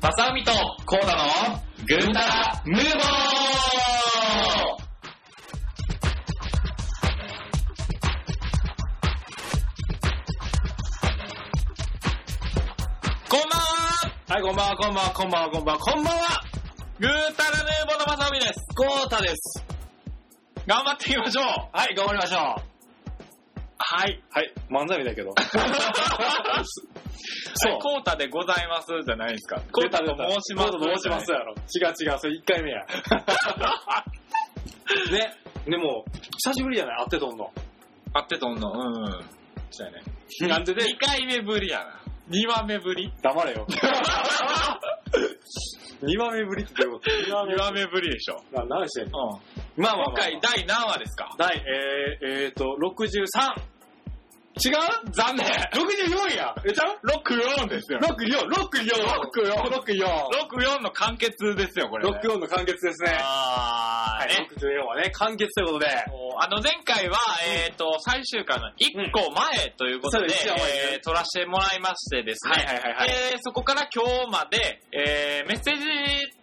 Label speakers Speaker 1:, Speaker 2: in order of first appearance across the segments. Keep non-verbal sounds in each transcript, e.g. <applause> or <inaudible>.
Speaker 1: 浅海とコーダのぐんたらムーボーこんばんは
Speaker 2: はい、こんばんは、こんばんは、こんばんは、こんばんは、こんばんは。ぐーたらぬーぼのまさみです。
Speaker 1: コータです。
Speaker 2: 頑張っていきましょう。
Speaker 1: はい、頑張りましょう。
Speaker 2: はい。はい、漫才みたいけ
Speaker 1: <laughs>
Speaker 2: ど。
Speaker 1: そう
Speaker 2: そう。コータでございますじゃないですか。コータと申します。
Speaker 1: コータと申します
Speaker 2: やろ。違う違う、それ1回目
Speaker 1: <laughs>
Speaker 2: や。
Speaker 1: ね、でも、久しぶりじゃない会ってとんの。
Speaker 2: あってとんの、うんうん。 <laughs> そうやね。なんでで ?2 回目ぶりやな。2話目ぶり
Speaker 1: 黙 <laughs> れよ。2番目ぶりってどういうこと ?2
Speaker 2: ?2 話目ぶりでしょ。
Speaker 1: な何してんの
Speaker 2: うん。まあ、今回第何話ですか
Speaker 1: 第、えー、えーと、63。
Speaker 2: 違う残念
Speaker 1: 64やえ、ちゃう
Speaker 2: !64 ですよ。
Speaker 1: 64、64、64、
Speaker 2: 64の完結ですよ、これ、ね。
Speaker 1: 64の完結ですね。
Speaker 2: あー
Speaker 1: はい、
Speaker 2: ね。
Speaker 1: 64はね、完結ということで、
Speaker 2: もうあの前回は、えっ、と、最終回の1個前ということで、
Speaker 1: そうです一応前
Speaker 2: えー撮らせてもらいましてですね、
Speaker 1: はいはいはいはい
Speaker 2: えーそこから今日まで、えーメッセージ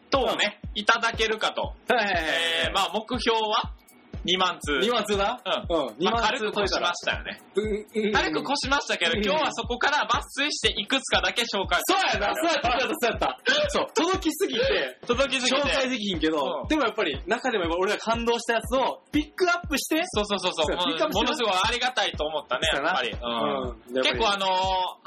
Speaker 2: 等をね、いただけるかと。えーまあ目標は2万通。
Speaker 1: 2万通だ
Speaker 2: うん
Speaker 1: うん、2
Speaker 2: まあ
Speaker 1: 万
Speaker 2: 軽
Speaker 1: 通
Speaker 2: く
Speaker 1: 取
Speaker 2: 越
Speaker 1: れた
Speaker 2: し
Speaker 1: ら
Speaker 2: ま。したよね。軽
Speaker 1: 軽
Speaker 2: く越しましたけど、
Speaker 1: うん
Speaker 2: 今日はそこから抜粋していくつかだけ紹介
Speaker 1: そうやな、そうやった、そうやった、そうやった。そう、届きすぎて、
Speaker 2: 届きすぎ
Speaker 1: 紹
Speaker 2: て。
Speaker 1: 介できひんけど、
Speaker 2: うん
Speaker 1: でもやっぱり、中でもやっぱ俺が感動したやつをピックアップして、
Speaker 2: そうそうそうそう。
Speaker 1: そうピックアップし
Speaker 2: ものすごいありがたいと思ったね、や
Speaker 1: そうや
Speaker 2: っ
Speaker 1: な
Speaker 2: ぱり。
Speaker 1: うん
Speaker 2: 結構あのー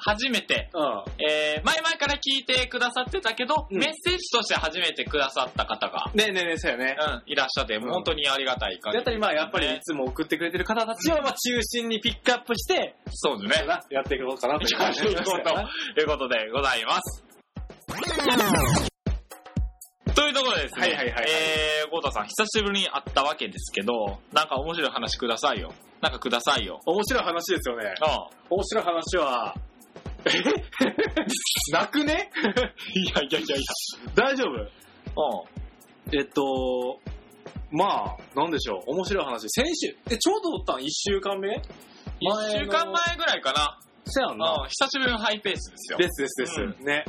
Speaker 2: 初めて、
Speaker 1: うん。
Speaker 2: えー前々から聞いてくださってたけど、
Speaker 1: うん
Speaker 2: メッセージとして初めてくださった方が、
Speaker 1: ねえねえねえ、そうやね。
Speaker 2: うん、いらっしゃって、もう本当にありがたい感じ。
Speaker 1: やったり、まあ、やっぱりいつも送ってくれてる方たちを、まあ、中心にピックアップして、
Speaker 2: そうですね。
Speaker 1: なやっていこうかなという
Speaker 2: や
Speaker 1: 感
Speaker 2: っ
Speaker 1: じ
Speaker 2: ていこうということでございます。というところでですね、
Speaker 1: はいはいはいはい
Speaker 2: えー、ゴータさん、久しぶりに会ったわけですけど、なんか面白い話くださいよ。なんかくださいよ。
Speaker 1: 面白い話ですよね。
Speaker 2: ああ
Speaker 1: 面白い
Speaker 2: <laughs>
Speaker 1: 話は、え <laughs> 泣くね
Speaker 2: <laughs> いやいやいやいや。
Speaker 1: 大丈夫
Speaker 2: うん。
Speaker 1: えっと、まあ、なんでしょう。面白い話。先週、え、ちょうどおったん ?1 週間目
Speaker 2: 1週間
Speaker 1: の
Speaker 2: 前ぐらいかな。
Speaker 1: せやんな。
Speaker 2: うん、久しぶりのハイペースですよ。
Speaker 1: ですですです。
Speaker 2: う
Speaker 1: ね。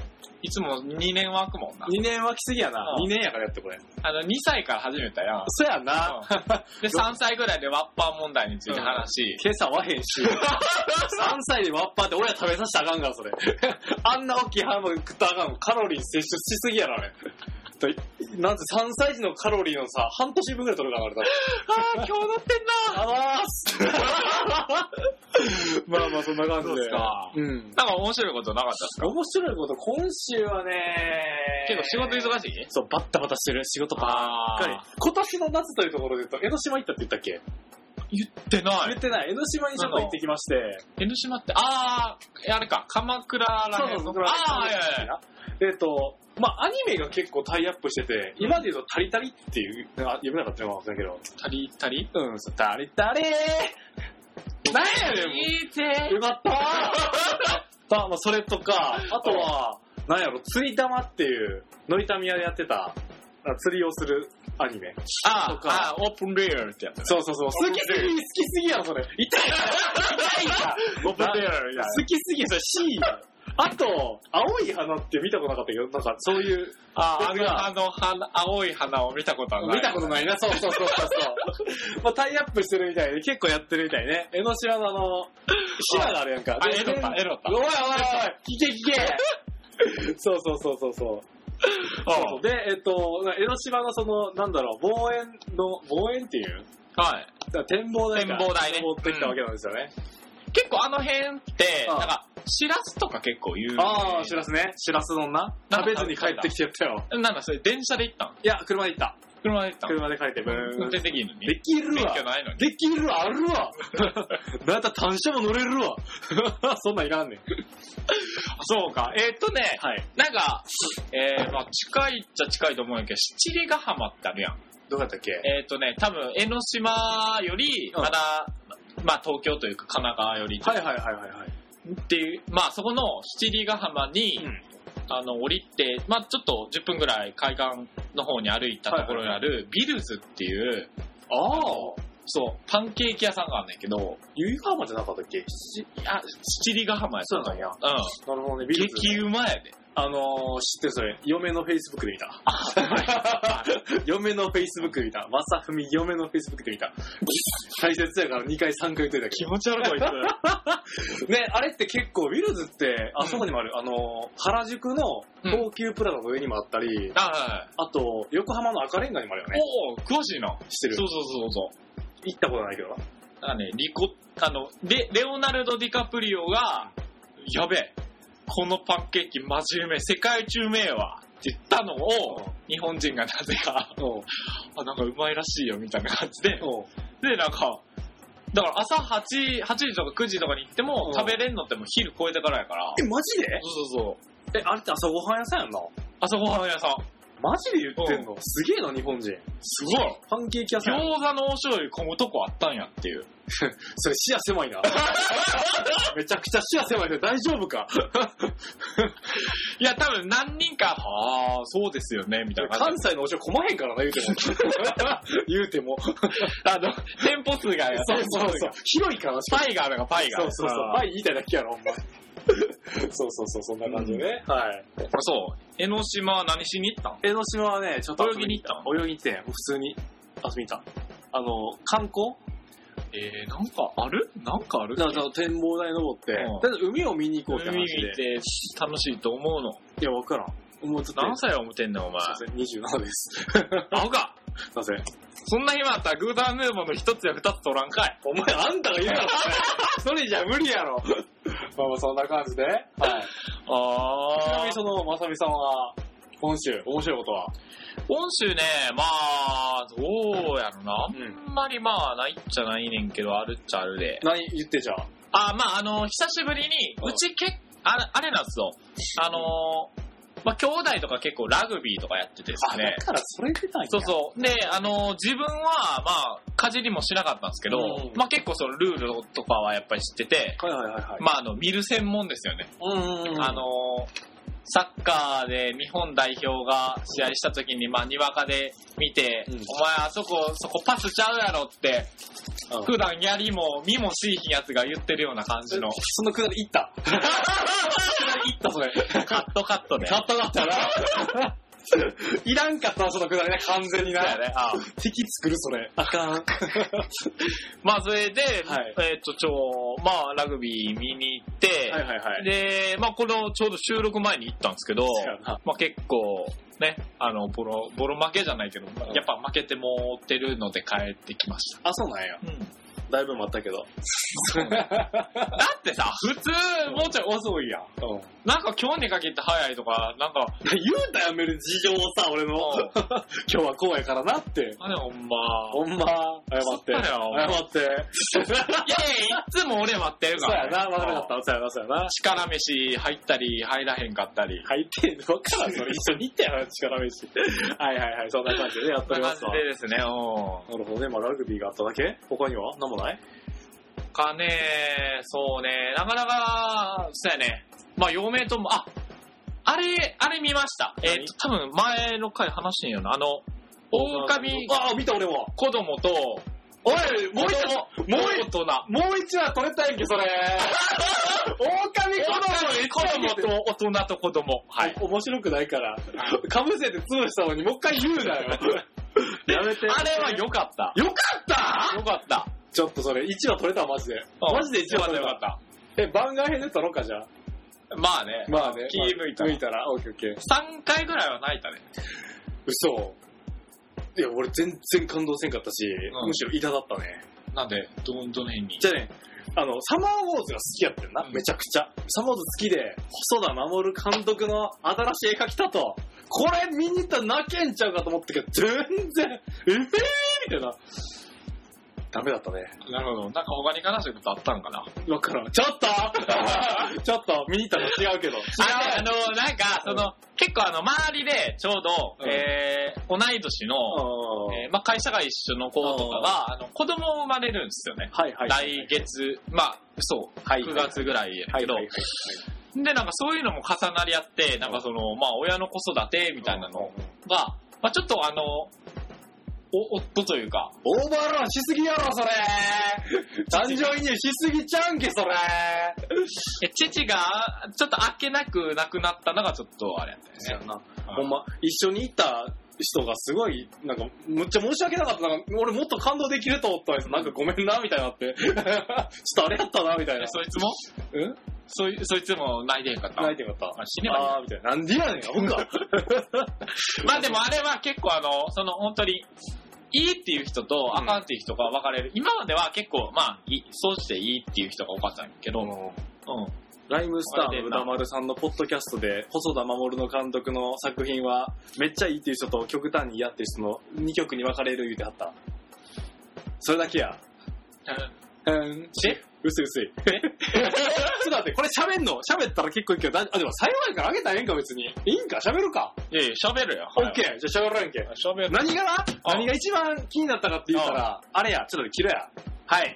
Speaker 2: いつも2年枠もんな。
Speaker 1: 2年は来すぎやな。
Speaker 2: うん
Speaker 1: 2年やからやってこれ。
Speaker 2: あの、2歳から始めたやん。
Speaker 1: そやな。 <laughs>
Speaker 2: で、3歳ぐらいでワッパー問題について話し、
Speaker 1: 今朝はへんし。3歳でワッパーって親食べさせたらあかんから、それ。 <laughs> あんな大きいハンバーグ食ったらあかんの。カロリー摂取しすぎやろ、あれ。となんて3歳児のカロリーのさ、半年分ぐらい取るから、あれ多分。
Speaker 2: ああ、今日乗ってん <laughs> な
Speaker 1: あわーす <laughs> まあまあ、そんな感じ
Speaker 2: そう
Speaker 1: で
Speaker 2: ですか
Speaker 1: うん。
Speaker 2: なんか面白いことなかったですか
Speaker 1: 面白いこと、今週はね
Speaker 2: 結構仕事忙
Speaker 1: い。
Speaker 2: しい
Speaker 1: そう、バッタバタしてる。仕事ば
Speaker 2: あ
Speaker 1: っかり。今年の夏というところで言うと、江ノ島行ったって言ったっけ
Speaker 2: 言ってな
Speaker 1: 言
Speaker 2: い。
Speaker 1: ってない。江ノ島にちょっと行ってきまして。
Speaker 2: 江ノ島って、ああ、あれか、鎌倉ら
Speaker 1: そう
Speaker 2: へ
Speaker 1: そ
Speaker 2: ん
Speaker 1: うそう。
Speaker 2: ああ、はいはいはい。
Speaker 1: えっ、と、まあ、アニメが結構タイアップしてて、今で言うとタリタリっていう、あ、読めなかったのかもしれんけど。
Speaker 2: たりたり
Speaker 1: うん、そうタリタリーなんやねんも
Speaker 2: 聞いて
Speaker 1: うよか <laughs> ったーあまあ、それとか、あとは、なんやろ、釣り玉っていう、のりたみ屋でやってた、あ釣りをするアニメ。
Speaker 2: あ
Speaker 1: と
Speaker 2: あ、あ
Speaker 1: か
Speaker 2: あオープンレールってやつ。
Speaker 1: そうそうそう。好きすぎ、好きすぎやろ、それ。痛い痛いか
Speaker 2: オープンレールみたいな
Speaker 1: 好きすぎ、それ C やあと、青い花って見たことなかったけど、なんかそういう、
Speaker 2: ああ、あ
Speaker 1: 僕
Speaker 2: の、
Speaker 1: が
Speaker 2: あの花、青い花を見たことはない。
Speaker 1: 見たことないな、そうそうそうそうそう。まあ、タイアップしてるみたいで、結構やってるみたいね。江ノ島のあの、ひながあるやんか。
Speaker 2: あ
Speaker 1: で
Speaker 2: エロタエロタ
Speaker 1: おいおいおい、聞け聞けそうそうそうそうそう。そうそう
Speaker 2: う
Speaker 1: で、えっと、江ノ島のその、なんだろう、望遠の、望遠っていうん
Speaker 2: はい。
Speaker 1: だから展望台か
Speaker 2: 展望台ね
Speaker 1: 持ってきたわけなんですよね。
Speaker 2: 結構あの辺って、
Speaker 1: ああ
Speaker 2: なんか、しらすとか結構有名。
Speaker 1: ああ、しらすね。しらす丼な。食べずに帰ってきてやったよ。
Speaker 2: なんかそれ電車で行ったの
Speaker 1: いや、車で行った。
Speaker 2: 車で行ったの
Speaker 1: 車で帰って、ブ
Speaker 2: 運
Speaker 1: ーン。
Speaker 2: 転できるのに。
Speaker 1: できる
Speaker 2: 免
Speaker 1: わ
Speaker 2: 許。ないのに。
Speaker 1: できるわ、ある <laughs> わ。だいたい単車も乗れるわ。 <laughs> そんなんいらんねん。
Speaker 2: そうか。えーっとね、
Speaker 1: はい。
Speaker 2: なんか、えー、まあ近いっちゃ近いと思うんやけど、七里ヶ浜ってあるやん。
Speaker 1: どうだったっけ
Speaker 2: えーっとね、多分、江ノ島より、
Speaker 1: うん
Speaker 2: まだ、まあ東京というか神奈川より
Speaker 1: はいはいはいはいはい。
Speaker 2: っていう、まあそこの七里ヶ浜に、
Speaker 1: うん
Speaker 2: あの、降りて、まあちょっと10分ぐらい海岸の方に歩いたところにある、ビルズっていう、
Speaker 1: ああ。
Speaker 2: そう、パンケーキ屋さんがあるんだけど、
Speaker 1: 由比ヶ浜じゃなかったっけ七
Speaker 2: あ、七里ヶ浜やったと思
Speaker 1: そうなんや
Speaker 2: うん。
Speaker 1: なるほどね、ビルズ。
Speaker 2: 激うまやで。
Speaker 1: あのー知ってるそれ、嫁のフェイスブックで見た。 <laughs> 嫁のフェイスブックで見た。まさふみ嫁のフェイスブックで見た。大切やから2回3回言っといたけ
Speaker 2: 気持ち悪いこい <laughs> つ。
Speaker 1: ど。ね、あれって結構、ウィルズって、あそこにもある、あのー原宿の東急プラザの上にもあったり、
Speaker 2: あ、はい。
Speaker 1: あと、横浜の赤レンガにもあるよね。
Speaker 2: おお、詳しいな。
Speaker 1: 知ってる
Speaker 2: そうそうそうそう。
Speaker 1: 行ったことないけどな。
Speaker 2: だからね、リコ、あの、レ、レオナルド・ディカプリオが、やべえ、このパンケーキマジうめえ、世界中うめえわ、って言ったのを、日本人がなぜか、
Speaker 1: おう
Speaker 2: あ、なんかうまいらしいよ、みたいな感じで、
Speaker 1: おう
Speaker 2: で、なんか、だから朝8、8時とか9時とかに行って
Speaker 1: う
Speaker 2: も
Speaker 1: ん
Speaker 2: 食べれんのってもう昼超えてからやから。
Speaker 1: え、マジで
Speaker 2: そうそうそう。
Speaker 1: え、あれって朝ごはん屋さんやんな。
Speaker 2: 朝ごはん屋さん。
Speaker 1: マジで言ってんのすげえな、日本人。
Speaker 2: すごい。
Speaker 1: パンケーキ屋さんやな。
Speaker 2: 餃子の王将より混むとこあったんやっていう。
Speaker 1: それ視野狭い <laughs> な。めちゃくちゃ視野狭いけど大丈夫か
Speaker 2: いや、多分何人か、ああ、そうですよね、みたいな感
Speaker 1: 関西のお城こまへんからな、言うて <laughs> も。言うても。
Speaker 2: じで。あの、店舗数が、
Speaker 1: そうそうそう。広いから、しかも
Speaker 2: パイがあるのか、パイが。
Speaker 1: <laughs> そうそうそう。
Speaker 2: あー
Speaker 1: 前言いたいだけやろ、ほんま。そうそうそう、そんな感じでね。はい。
Speaker 2: そう。江ノ島は何しに行ったん
Speaker 1: 江ノ島はね、ちょっと遊
Speaker 2: 泳
Speaker 1: び泳ぎに行ってん。普通に遊びに行った。あの、観光
Speaker 2: えー、なんかあるなんかある
Speaker 1: だから展望台登って、
Speaker 2: うん
Speaker 1: だって海を見に行こうって
Speaker 2: 海
Speaker 1: 話
Speaker 2: 見
Speaker 1: で。
Speaker 2: て楽しいと思うの。
Speaker 1: いや、わからん。もうちょっと。
Speaker 2: 何歳思ってんねん、お前。
Speaker 1: すいません、27です。
Speaker 2: アホか
Speaker 1: すいません。
Speaker 2: そんな暇あったらグータンヌーボーの一つや二つ取らんかい。
Speaker 1: お前、あんたが言う <laughs> から、一人じゃ無理やろ。まあまあ、そんな感じで。はい。
Speaker 2: あ
Speaker 1: ちなみに、その、まさみさんは、今週、面白いことは
Speaker 2: 今週ね、まあ、どうやろな。
Speaker 1: ん。
Speaker 2: あんまりまあ、ないっちゃないねんけど、あるっちゃあるで。
Speaker 1: 何言ってじゃあ。
Speaker 2: あ、まあ、あの、久しぶりに、
Speaker 1: うん
Speaker 2: うちけあれ、あれなんですよ。あのー、まあ、兄弟とか結構ラグビーとかやっててですね。
Speaker 1: からそれ出たんや
Speaker 2: そうそう。で、あのー自分は、まあ、かじりもしなかったんですけど、
Speaker 1: うん
Speaker 2: まあ結構そのルールとかはやっぱり知ってて、
Speaker 1: はいはいはいはい。
Speaker 2: まあ、あの、見る専門ですよね。
Speaker 1: うんうんうん。
Speaker 2: あの、ーサッカーで日本代表が試合した時に、まあ、にわかで見て、
Speaker 1: うん
Speaker 2: お前あそこ、そこパスちゃうやろって、
Speaker 1: うん
Speaker 2: 普段やりも、見もしいひんやつが言ってるような感じの、
Speaker 1: そのくだり行った。行った、それ。
Speaker 2: カットカットで。
Speaker 1: 買ったかったな。 <laughs> いらんかったな、そのくだりね、完全に
Speaker 2: そうや
Speaker 1: な。
Speaker 2: ねああ
Speaker 1: 敵作る、それ。あ <laughs> かん。
Speaker 2: まあ、それで、
Speaker 1: はい
Speaker 2: えっ、と、ちょ、まあ、ラグビー見に行って、
Speaker 1: はいはいはい。
Speaker 2: で、まあ、このちょうど収録前に行ったんですけど、
Speaker 1: そうやな
Speaker 2: まあ、結構、ね、あの、ボロ、ボロ負けじゃないけど、やっぱ負けてもうてるので帰ってきました。
Speaker 1: あ、そうなんや。
Speaker 2: うん。
Speaker 1: だいぶ待ったけど。
Speaker 2: だってさ、普通、もうちょい遅いやん。
Speaker 1: うん。
Speaker 2: なんか今日に限って早いとか、なんか、
Speaker 1: 言うたやめる事情をさ、俺の。今日はこうやからなって。
Speaker 2: あれほんま。
Speaker 1: ほんま、謝って。
Speaker 2: そうだよ
Speaker 1: 謝って。
Speaker 2: いやいや、いつも俺待ってる
Speaker 1: <laughs> そ
Speaker 2: か
Speaker 1: う
Speaker 2: ら
Speaker 1: や
Speaker 2: ね、
Speaker 1: な、わからなかった。そうやな、そうやな。
Speaker 2: 力飯入ったり、入らへんかったり。
Speaker 1: 入ってんのわからんそれ。一緒に行ったやな、力 <laughs> 飯。はいはいはい、そんな感じでねやって
Speaker 2: そ
Speaker 1: お
Speaker 2: ん
Speaker 1: り
Speaker 2: な
Speaker 1: ま
Speaker 2: 感
Speaker 1: すわ。
Speaker 2: じでですね、うん。
Speaker 1: なるほどね、まあラグビーがあっただけ他には何もない
Speaker 2: かね、そうね、なかなか、そうやね。まあ、嫁とも、あ、あれ、あれ見ました。え
Speaker 1: 何
Speaker 2: っと、多分前の回話してんよな。あの、狼
Speaker 1: ああ、見た俺も。
Speaker 2: 子供と、
Speaker 1: おい、もう一
Speaker 2: もう
Speaker 1: もう
Speaker 2: 大人。
Speaker 1: もう一話取れたいんけ、そ <laughs> れ。
Speaker 2: 狼子
Speaker 1: 狼子
Speaker 2: 供
Speaker 1: 供
Speaker 2: と大人と子供。はい。
Speaker 1: お面白くないから、かぶせて潰したのにもう一回言う <laughs> なよ。やめて
Speaker 2: あれは良かった。
Speaker 1: よかった
Speaker 2: 良かった。
Speaker 1: ちょっとそれ、1話取れた、マジで。
Speaker 2: うん
Speaker 1: マジで1話取れ。
Speaker 2: よかった
Speaker 1: え、番外編で撮ろうか、じゃあ。
Speaker 2: た。まあね、
Speaker 1: まあね。
Speaker 2: 気抜いたら
Speaker 1: 抜いたら、オッケーオッケー。
Speaker 2: 3回ぐらいは泣いたね。
Speaker 1: 嘘。いや、俺全然感動せんかったし、
Speaker 2: ん
Speaker 1: むしろ痛だったね。
Speaker 2: なんで、ど、どの辺に
Speaker 1: じゃあね、あの、サマーウォーズが好きやってんな、
Speaker 2: うん
Speaker 1: めちゃくちゃ。サマーウォーズ好きで、細田守監督の新しい映画来たと、これ見に行ったら泣けんちゃうかと思ったけど、全然、えぇ、ー、みたいな。ダメだったね。
Speaker 2: なるほど。なんか他に悲しいことあったんかな。
Speaker 1: わからん。ちょっと <laughs> ちょっと見に行ったら違うけど。違う
Speaker 2: あの、あのなんか、その、結構あの、周りで、ちょうど、
Speaker 1: うん
Speaker 2: えー、同い年の、
Speaker 1: うん
Speaker 2: えーまあ、会社が一緒の子とかが、あの、子供生まれるんですよね。
Speaker 1: はいはい。
Speaker 2: 来月、まあ、そう、
Speaker 1: はい
Speaker 2: 9月ぐらいや
Speaker 1: はい
Speaker 2: けど、
Speaker 1: はいはい
Speaker 2: で、なんかそういうのも重なり合って、なんかその、まあ、親の子育てみたいなのが、まあ、ちょっとあの、お夫というか、
Speaker 1: オーバーランしすぎやろ、
Speaker 2: <laughs>
Speaker 1: それ誕生移入しすぎちゃうんけ、それ
Speaker 2: え父がちょっとあっけなく亡くなったのがちょっとあれやったよね。
Speaker 1: な。
Speaker 2: うん
Speaker 1: ほんま、一緒に行った人がすごい、なんか、むっちゃ申し訳なかった。なんか、俺もっと感動できると思ったんです。なんかごめんな、みたいになって。 <laughs> ちょっとあれやったな、みたいな
Speaker 2: え。そいつも
Speaker 1: うん
Speaker 2: そいそいつも泣いてへんかった。
Speaker 1: 泣いてよかった。
Speaker 2: あ死ねばいい
Speaker 1: あーみたいな。なんでやねん、ほん
Speaker 2: <laughs>
Speaker 1: か。
Speaker 2: まあでもあれは結構あの、その本当に、いいっていう人とあかんっていう人が分かれる。今までは結構、まあ、いいそうしていいっていう人が多かったんやけど、うん。
Speaker 1: ライムスターの宇田丸さんのポッドキャストで、細田守の監督の作品は、めっちゃいいっていう人と極端に嫌っていう人の2曲に分かれる言うてはった。それだけや。うん。
Speaker 2: え
Speaker 1: <laughs> 薄い薄い。え <laughs> ちょっと待って、これ喋んの喋ったら結構いいけど、だあ、でも最後やからあげたらええんか別に。いいんか喋るか。
Speaker 2: いやいや、喋るよ。
Speaker 1: オッケーじゃあ喋らんけ。
Speaker 2: ー。喋る。
Speaker 1: 何がな
Speaker 2: あ
Speaker 1: 何が一番気になったかって言ったら、あれや、ちょっと切れや。はい。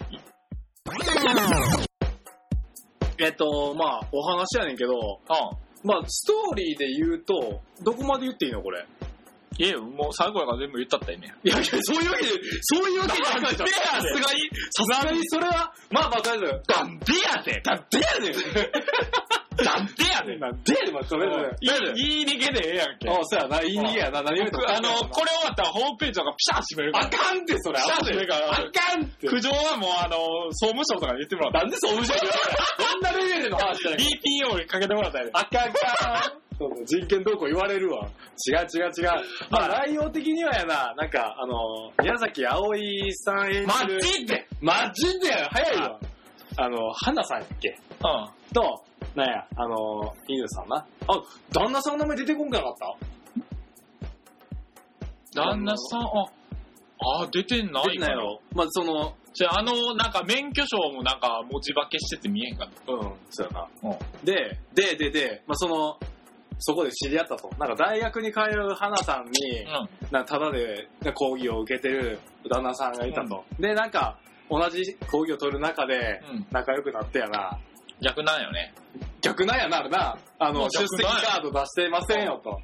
Speaker 1: えっと、まあ、お話やねんけど、
Speaker 2: う
Speaker 1: まあ、ストーリーで言うと、どこまで言っていいのこれ。
Speaker 2: ん。いや、もう最後やから全部言ったったよね。
Speaker 1: いやいや、そういうわけで、そういうわけじゃないじゃん。
Speaker 2: なんでやねん
Speaker 1: さすがに、さすがにそれは、まあまあ、大丈夫。
Speaker 2: なんでやで
Speaker 1: なんでや
Speaker 2: なんでや <laughs> で
Speaker 1: ねん <laughs> なんでやねんまあ、それで。
Speaker 2: 言い逃げでええやんけ。
Speaker 1: あ、そうやな、言い逃げやな、何言うと
Speaker 2: 僕あの、これ終わったらホームページとかピシャー閉めるか
Speaker 1: あ
Speaker 2: ら。
Speaker 1: かんって、それ。
Speaker 2: ピシャー閉めるから。
Speaker 1: あかんって。
Speaker 2: 苦情はもうあの、総務省とかに言ってもらった。
Speaker 1: なんでそう無茶 <laughs> 苦茶そんなレベルの話じゃない。
Speaker 2: BPO にかけてもらったよね。
Speaker 1: あかんかん。そうそう人権どうこう言われるわ。違う違う違う。まあ、内容的にはやな、なんか、あの、宮崎葵さん演じる。
Speaker 2: マジで
Speaker 1: マジで早いわ。あの、花さんやっけ
Speaker 2: うん。
Speaker 1: と、なんや、あの、犬さんな。あ、旦那さんの名前出てこんかなかった
Speaker 2: 旦那さん、あ、あ、出てないか
Speaker 1: 出てないの。まあ、その、
Speaker 2: じゃあ、あの、なんか免許証もなんか文字化けしてて見えへんかった。
Speaker 1: うん、そうやな。
Speaker 2: うん。
Speaker 1: で、で、で、で、まあ、その、そこで知り合ったと。なんか大学に通う花さんに、なんかただで講義を受けてる旦那さんがいたと。で、なんか、同じ講義を取る中で、
Speaker 2: うん。うん。
Speaker 1: 仲良くなってやな。
Speaker 2: 逆なんよね。
Speaker 1: 逆なんやな、あれな。あ
Speaker 2: ま
Speaker 1: の
Speaker 2: あ、
Speaker 1: 出
Speaker 2: 逆
Speaker 1: 席
Speaker 2: なんや
Speaker 1: カード出してませんよと。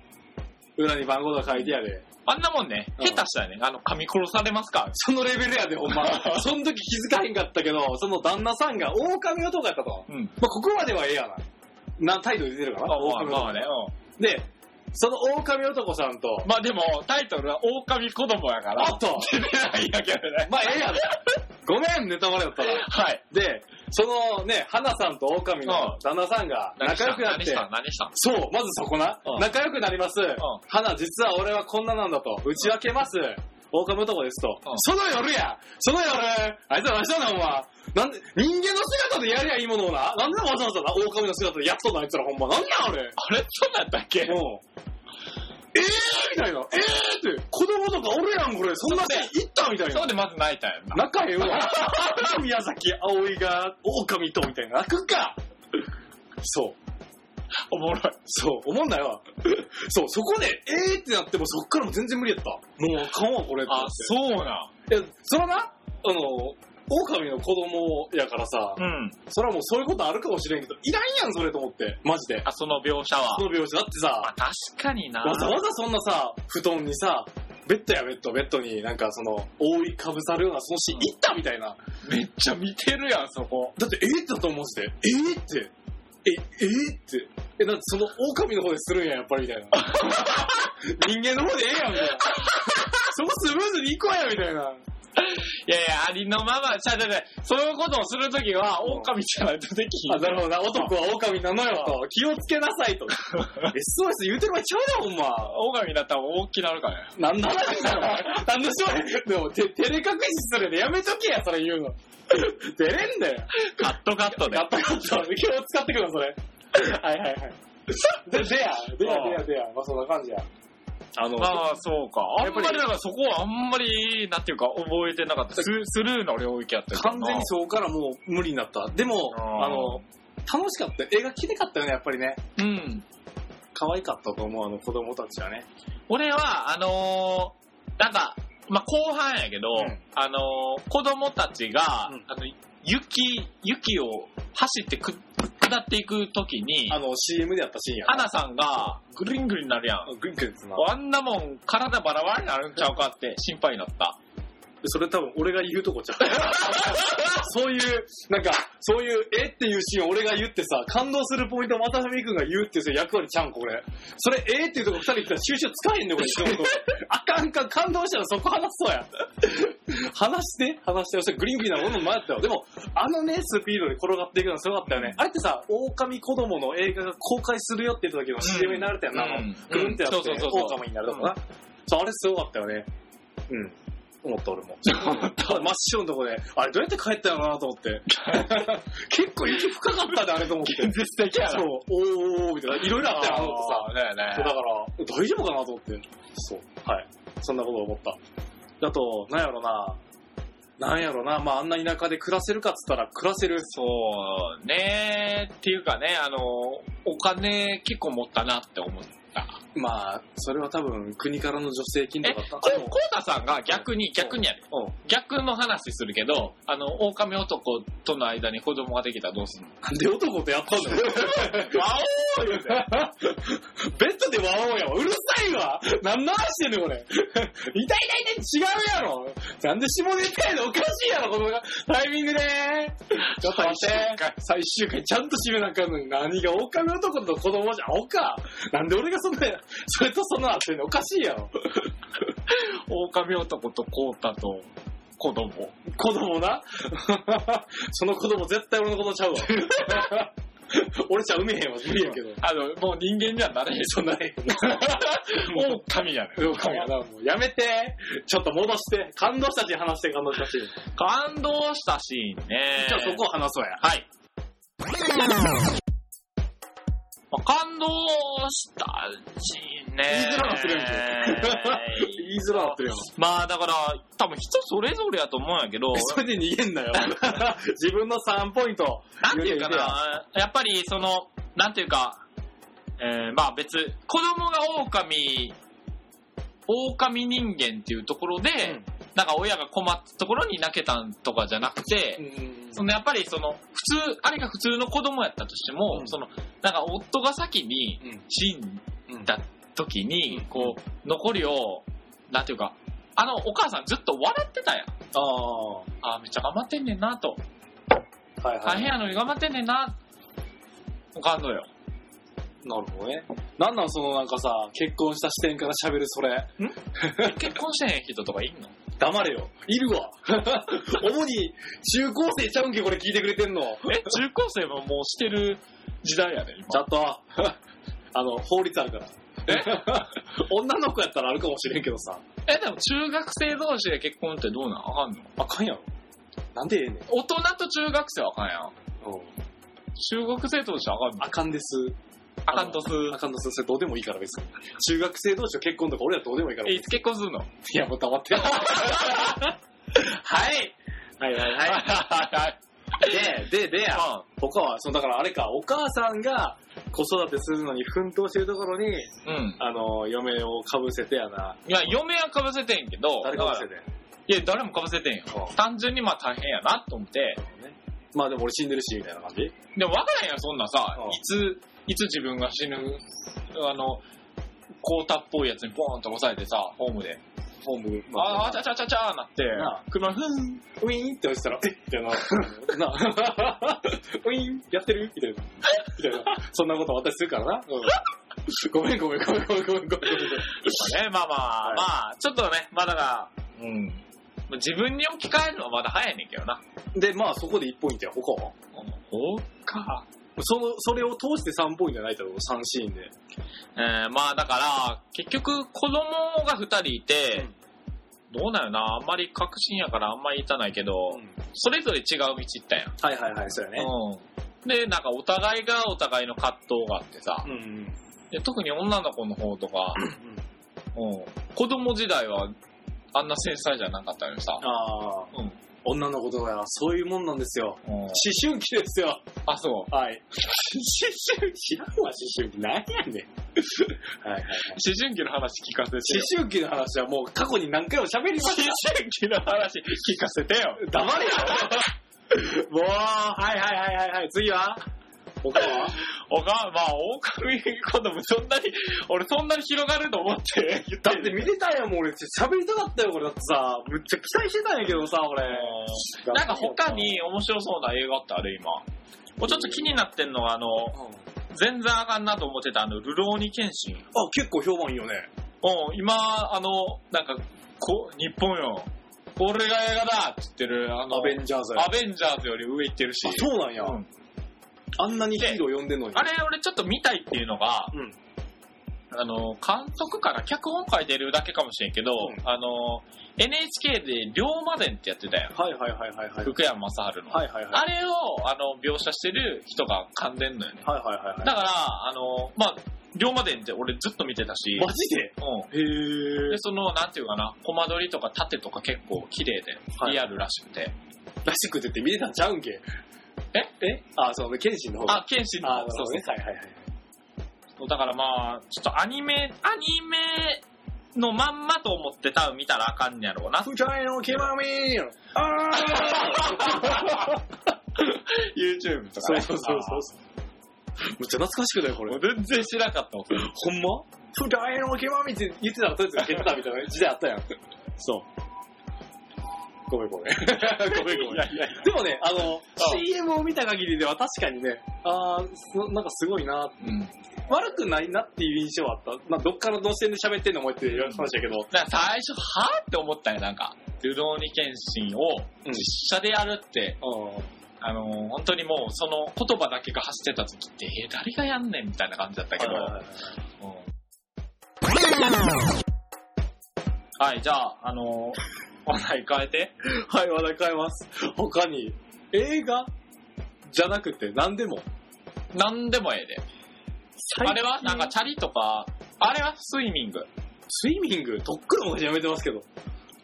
Speaker 1: 裏に番号が書いてやで。
Speaker 2: あんなもんね、
Speaker 1: うん
Speaker 2: 下手したらね、あの、噛み殺されますから。
Speaker 1: そのレベルやで、ほん
Speaker 2: <laughs>
Speaker 1: ま。その時気づかへんかったけど、その旦那さんが狼男やったと。
Speaker 2: うん。
Speaker 1: まあ、ここまではええやな。な、態度出てるか
Speaker 2: あ、
Speaker 1: な
Speaker 2: まあ
Speaker 1: 狼
Speaker 2: まあ
Speaker 1: 男。
Speaker 2: ね。
Speaker 1: で、その狼男さんと
Speaker 2: う、んまあでも、タイトルは狼子供やから。
Speaker 1: おっと
Speaker 2: 出てないだけやね。
Speaker 1: まあ、ええやん。ごめん、ネタバレだったら。
Speaker 2: はい。
Speaker 1: で、そのね、花さんと狼の旦那さんが仲良くなっ
Speaker 2: 何
Speaker 1: て
Speaker 2: し、た何した
Speaker 1: そう、まずそこな
Speaker 2: う。ん
Speaker 1: 仲良くなります。花、実は俺はこんななんだと。打ち明けます。狼男ですと
Speaker 2: うん。
Speaker 1: その夜やその夜あいつら何したんだ、お前なんで、人間の姿でやりゃいいものをな。なんでわざわざな、狼の姿でやっとんだ、あいつらほんま。なんなんあれ
Speaker 2: あれ、そうなんだっけ
Speaker 1: もう。えーみたいな。えーって、子供とかおるやん、これ。そんなで行ったみたいな
Speaker 2: そ。うでまず泣いたんやんな。
Speaker 1: 仲ええわ。 <laughs> 宮崎葵が狼とみたいな。泣くかそう。
Speaker 2: おもろい。
Speaker 1: そう、思んないわ。 <laughs> そう、そこで、えーってなっても、そっからも全然無理やった。もうあかんわ、これって
Speaker 2: あ、そうなん。
Speaker 1: う。いや、そらな、あの、狼の子供やからさ、
Speaker 2: うん。
Speaker 1: そらもうそういうことあるかもしれんけど、いらんやん、それと思って。マジで。
Speaker 2: あ、その描写は
Speaker 1: そ。の描写だって
Speaker 2: ま
Speaker 1: さ
Speaker 2: あ、、確かにな。
Speaker 1: わざわざそんなさ、布団にさ、ベッドやベッド、ベッドになんかその、覆いかぶさるような、そのシーン、行ったみたいな。
Speaker 2: めっちゃ見てるやん、そこ。
Speaker 1: だって、えーってだと思うんで、えーって、え、えーって、え、なんてその、狼の方でするんや、やっぱり、みたいな。人間の方でええやん、みたいな。そこスムーズに行こうや、みたいな。
Speaker 2: いやいや、ありのまま、ちゃうちゃうちゃう、そういうことをするときは、
Speaker 1: うん
Speaker 2: 狼じゃないとできひん。
Speaker 1: あ、なるほどな、 <laughs> 男は狼なのよ、と。気をつけなさい、 <laughs> と。SOS 言うてる場合ちゃうよ、ほんま。
Speaker 2: 狼だったら大きなるからね。
Speaker 1: なんの話だろなんのしょでも、て、照れ隠しするでやめとけや、それ言うの。照れんだよ。
Speaker 2: カットカットで
Speaker 1: や。ったかった。気を使ってくるそれ。はいはいはい。で、でや、でや、でや、でや。まあ、そんな感じや。あの、
Speaker 2: まあ、そうか。あ
Speaker 1: やっ
Speaker 2: ん
Speaker 1: ぱ
Speaker 2: ま
Speaker 1: り
Speaker 2: り、だからそこはあんまり、なんていうか、覚えてなかった。ススルーの領域やったけど
Speaker 1: 完全にそこからもう無理になった。でも、
Speaker 2: あー
Speaker 1: あの、楽しかった。絵が綺麗かったよね、やっぱりね。
Speaker 2: う。うん。
Speaker 1: 可愛かったと思う、あの子供たちはね。
Speaker 2: 俺は、あのー、なんか、まあ、後半やけど、
Speaker 1: うん
Speaker 2: あのー、子供たちが、
Speaker 1: うん
Speaker 2: あの、雪、雪を走ってく、下っていく時に、
Speaker 1: あの、CM でやったシーンや
Speaker 2: アナさんがぐるんぐるんなるやん。
Speaker 1: グングンつな。
Speaker 2: あんなもん体バラバラになるんちゃうかって心配になった。
Speaker 1: それ多分俺が言うとこちゃう。 <laughs> そういう、なんか、そういう、えっていうシーンを俺が言ってさ、感動するポイントを渡辺君が言うっていうそれ役割ちゃうんこれ。それ、えっていうとこ二人来たら収集つかへんねん、これ。一言あかんかん、感動したらそこ話そうや。話して、話して、そしてグリーングリーンなの俺も迷ったよ。でも、あのね、スピードで転がっていくのすごかったよね。あれってさ、狼子供の映画が公開するよって言った時の CM になれたよな、あのグルンってやって、
Speaker 2: そうそうそうそう
Speaker 1: 狼になるとかな。そう、あれすごかったよね。うん。思った俺も。 <laughs> 真っ白のとこで、あれどうやって帰ったよなと思 <laughs> って。結構雪深かったで、あれと思って。
Speaker 2: 絶対嫌
Speaker 1: そう、おーおーおーみたいな。いろいろあったよ、あの子さ。
Speaker 2: さ。だよね
Speaker 1: そうだから、大丈夫かなと思って。そう。はい。そんなことを思った。あと、なんやろな。なんやろな。まあ、あんな田舎で暮らせるかっつったら暮らせる。
Speaker 2: そうねっていうかね、あの、お金結構持ったなって思った。
Speaker 1: まあ、それは多分国からの助成金
Speaker 2: え、
Speaker 1: とか
Speaker 2: こ
Speaker 1: あでも
Speaker 2: コータさんが逆に、逆にやる。
Speaker 1: うん。
Speaker 2: 逆の話するけど、あの、狼男との間に子供ができたらどうすんの
Speaker 1: なんで男とやったん <laughs> だよ。
Speaker 2: わ
Speaker 1: おベッドでワオやわ。うるさいわ。何の話してんねん、これ。痛い痛い痛い違うやろ。なんで下ネタやのおかしいやろ、このタイミングで。ちょっと待って。最終回ちゃんと締めなあかんのに、何が狼男と子供じゃ、おか。なんで俺がそんな、それとそんなあってんのおかしいやろ。
Speaker 2: 狼男とコータと子供。
Speaker 1: 子供な <laughs> その子供絶対俺のことちゃう <laughs> わ。俺じゃ産めへんわ、無理やけど。
Speaker 2: あの、もう人間にはなれへん。
Speaker 1: そ
Speaker 2: <laughs>
Speaker 1: んなへん。
Speaker 2: 狼やね
Speaker 1: どうかやな、もう。やめて。ちょっと戻して。感動したし、話して、感動したし。
Speaker 2: 感動したシーンね。
Speaker 1: じゃあそこを話そうや。
Speaker 2: はい。まあ感動したシーンね。
Speaker 1: 言いづらなってるや
Speaker 2: <laughs>
Speaker 1: んけ。言いづらなってるやん。
Speaker 2: まあだから、多分人それぞれやと思うんやけど、
Speaker 1: <laughs> それで逃げんなよ。自分の3ポイント。
Speaker 2: なんていうかな、やっぱりその、なんていうか、えーまあ別、子供が狼、狼人間っていうところで、
Speaker 1: うん
Speaker 2: なんか親が困ったところに泣けたんとかじゃなくて、
Speaker 1: うん。
Speaker 2: そのやっぱりその、普通、あれが普通の子供やったとしても、
Speaker 1: うん
Speaker 2: その、なんか夫が先に
Speaker 1: うん。
Speaker 2: 死ん
Speaker 1: うん
Speaker 2: だ時に、
Speaker 1: うん
Speaker 2: こう、残りを、なんていうか、あのお母さんずっと笑ってたやん。
Speaker 1: ああ。は
Speaker 2: ああ、めっちゃ頑張ってんねんなと。
Speaker 1: いは
Speaker 2: 大
Speaker 1: い。
Speaker 2: 変やのに頑張ってんねんな。おかんのよ。
Speaker 1: なるほどね。なんなんそのなんかさ、結婚した視点から喋るそれ。
Speaker 2: 結婚してへん人とかいん
Speaker 1: <laughs>
Speaker 2: の
Speaker 1: 黙れよ。いる
Speaker 2: <laughs>
Speaker 1: わ。主に中高生ちゃうんけ、これ聞いてくれてんの。
Speaker 2: え、中高生ももうしてる時代やね、
Speaker 1: ちゃ
Speaker 2: 今。
Speaker 1: んと、 <laughs> あの、法律あるから。 <laughs> 女の子やったらあるかもしれんけどさ。
Speaker 2: え、でも中学生同士で結婚ってどうなんあかんの
Speaker 1: あかんやろ。なんでええねん。
Speaker 2: 大人と中学生はあかんやん。中学生同士はあかんの
Speaker 1: あかんです。
Speaker 2: あかんとす。
Speaker 1: あかんです。それどうでもいいから別 <laughs> に。中学生同士の結婚とか俺らどうでもいいから。
Speaker 2: え、いつ結婚するのはい
Speaker 1: や、もう黙 <laughs> って。はい。はいはい
Speaker 2: いはい。
Speaker 1: い。で、で、でや。
Speaker 2: あ
Speaker 1: 他は、その、だからあれか、お母さんが子育てするのに奮闘してるところに、
Speaker 2: うん。
Speaker 1: あの、嫁をかぶせてやな。
Speaker 2: いや、嫁はかぶせてんけど、
Speaker 1: 誰かぶせ
Speaker 2: だ
Speaker 1: て。
Speaker 2: らいや、誰もかぶせてんよ。単純にまあ大変やなと思って。
Speaker 1: まあでも俺死んでるし、みたいな感じ。
Speaker 2: でも分からへんよ、そんなさ
Speaker 1: うん。
Speaker 2: いつ、いつ自分が死ぬ、あの、コータっぽいやつにボーンと押さえてさ、ホームで。
Speaker 1: ホーム、
Speaker 2: ああ、ちゃちゃちゃちゃーなって
Speaker 1: なあ、
Speaker 2: 車、ふん。
Speaker 1: ウィーンって押したら、えっって <laughs> な、なウィーンやってるみたいな。みたいな。そんなこと私するからな。うんごめんごめんごめんごめんごめんごめん。
Speaker 2: ね、まあまあ、
Speaker 1: はい
Speaker 2: まあ、ちょっとね、まあだから、うん。まあ自分に置き換えるのはまだ早いねんけどな。
Speaker 1: で、まあそこで1ポイントや、他は
Speaker 2: おか。
Speaker 1: その、それを通して3ポイントじゃないだろう、3シーンで。
Speaker 2: えー、まあだから、結局子供が二人いて、どうなよな、あんまり確信やからあんまり言いたないけど、それぞれ違う道行ったやん。
Speaker 1: はいはいはい、そうやね。
Speaker 2: うん。で、なんかお互いがお互いの葛藤があってさ
Speaker 1: う、ん。
Speaker 2: で特に女の子の方とか、うん。子供時代はあんな繊細じゃなかったのにさ、
Speaker 1: ああ、
Speaker 2: うん。
Speaker 1: 女の子とかはそういうもんなんですよ。
Speaker 2: うん
Speaker 1: 思春期ですよ。
Speaker 2: あ、そう。
Speaker 1: <laughs> はい。思春期、 <laughs> 知らんわ、思春期。なんやねん。はいはいはい。
Speaker 2: 思春期の話聞かせてよ。
Speaker 1: 思春期の話はもう過去に何回も喋りま
Speaker 2: 思
Speaker 1: した。
Speaker 2: 春期の話聞かせてよ。
Speaker 1: 黙れよもう、はいはいはいはいはい、次は他は
Speaker 2: おかまあ、オオカミ子供そんなに、俺そんなに広がると思 <laughs> って言っ
Speaker 1: だ
Speaker 2: た
Speaker 1: っ
Speaker 2: ん
Speaker 1: て
Speaker 2: で。
Speaker 1: 見てたんやもん、俺。喋りたかったよ、これ。だってさ、むっちゃ期待してたんやけどさ、俺。
Speaker 2: なんか他、に面白そうな映画ってある今。もうちょっと気になってんのは、あの、
Speaker 1: うん
Speaker 2: 全然あかんなと思ってたあの、ルローニケンシン。
Speaker 1: あ、結構評判いいよね。
Speaker 2: うん、今、あの、なんか、こ日本よ。俺が映画だって言ってる、あの、
Speaker 1: アベンジャーズや
Speaker 2: アベンジャーズより上行ってるし。
Speaker 1: あ、そうなんや。
Speaker 2: うん
Speaker 1: あんなにヒーロー呼んでんのに。
Speaker 2: あれ、俺ちょっと見たいっていうのが、
Speaker 1: うん。
Speaker 2: あの、監督から脚本書いてるだけかもしれんけど、
Speaker 1: うん
Speaker 2: あの、NHK で龍馬伝ってやってたやん。
Speaker 1: はいはいはいはいはい。
Speaker 2: 福山雅治の。
Speaker 1: はいはいはい。
Speaker 2: あれを、あの、描写してる人が噛んでんのよね。
Speaker 1: はいはいはい
Speaker 2: だ
Speaker 1: は
Speaker 2: から、あの、まあ、龍馬伝って俺ずっと見てたし
Speaker 1: い。、マジで
Speaker 2: う
Speaker 1: へ
Speaker 2: ん。
Speaker 1: え
Speaker 2: で、。その、なんていうかな、コマ撮りとか縦とか結構綺麗で
Speaker 1: は、い
Speaker 2: リアルらしくて。
Speaker 1: らしくてって見てたんちゃうんけ。
Speaker 2: え
Speaker 1: えあ、そう、剣心の方が。
Speaker 2: あ、剣心の
Speaker 1: あ、
Speaker 2: そ
Speaker 1: そうう
Speaker 2: そう
Speaker 1: ね。はいはいはい。
Speaker 2: そうだからまあ、ちょっとアニメ、アニメのまんまと思って多分見たらあかんやろうな。
Speaker 1: 不快の極みあ
Speaker 2: YouTube とか、
Speaker 1: そう
Speaker 2: ね。
Speaker 1: そうそうそう。めっちゃ懐かしくないこ
Speaker 2: あー
Speaker 1: れ。
Speaker 2: もう全然知らなかったもん。
Speaker 1: ほんま不快の極みって言ってたらとりあえず蹴ってたみたいな時代あったやん。そう。ごめんごめん。ごめんごめん。
Speaker 2: いやいや。
Speaker 1: でもね、あの、
Speaker 2: あ
Speaker 1: CM を見た限りでは確かにね、あーそなんかすごいな、
Speaker 2: うん。
Speaker 1: 悪くないなっていう印象はあった。まあ、どっからどうしてんで喋ってんのもって言われてましたけど、
Speaker 2: だから最初、はぁって思ったよ、なんか。ルローニケンシンを
Speaker 1: うん
Speaker 2: 実写でやるって、あのー、本当にもうその言葉だけが走ってた時って、えー誰がやんねんみたいな感じだった
Speaker 1: だ
Speaker 2: け
Speaker 1: け
Speaker 2: ど。う
Speaker 1: ど、
Speaker 2: んはい、じゃあ、あのー、 <laughs> お題変えて。
Speaker 1: はい、話題変えます。他に、映画じゃなくて何でも。
Speaker 2: なんでもええで。あれはなんかチャリとか、あれはスイミング。
Speaker 1: スイミング、とっくの昔やめてますけど。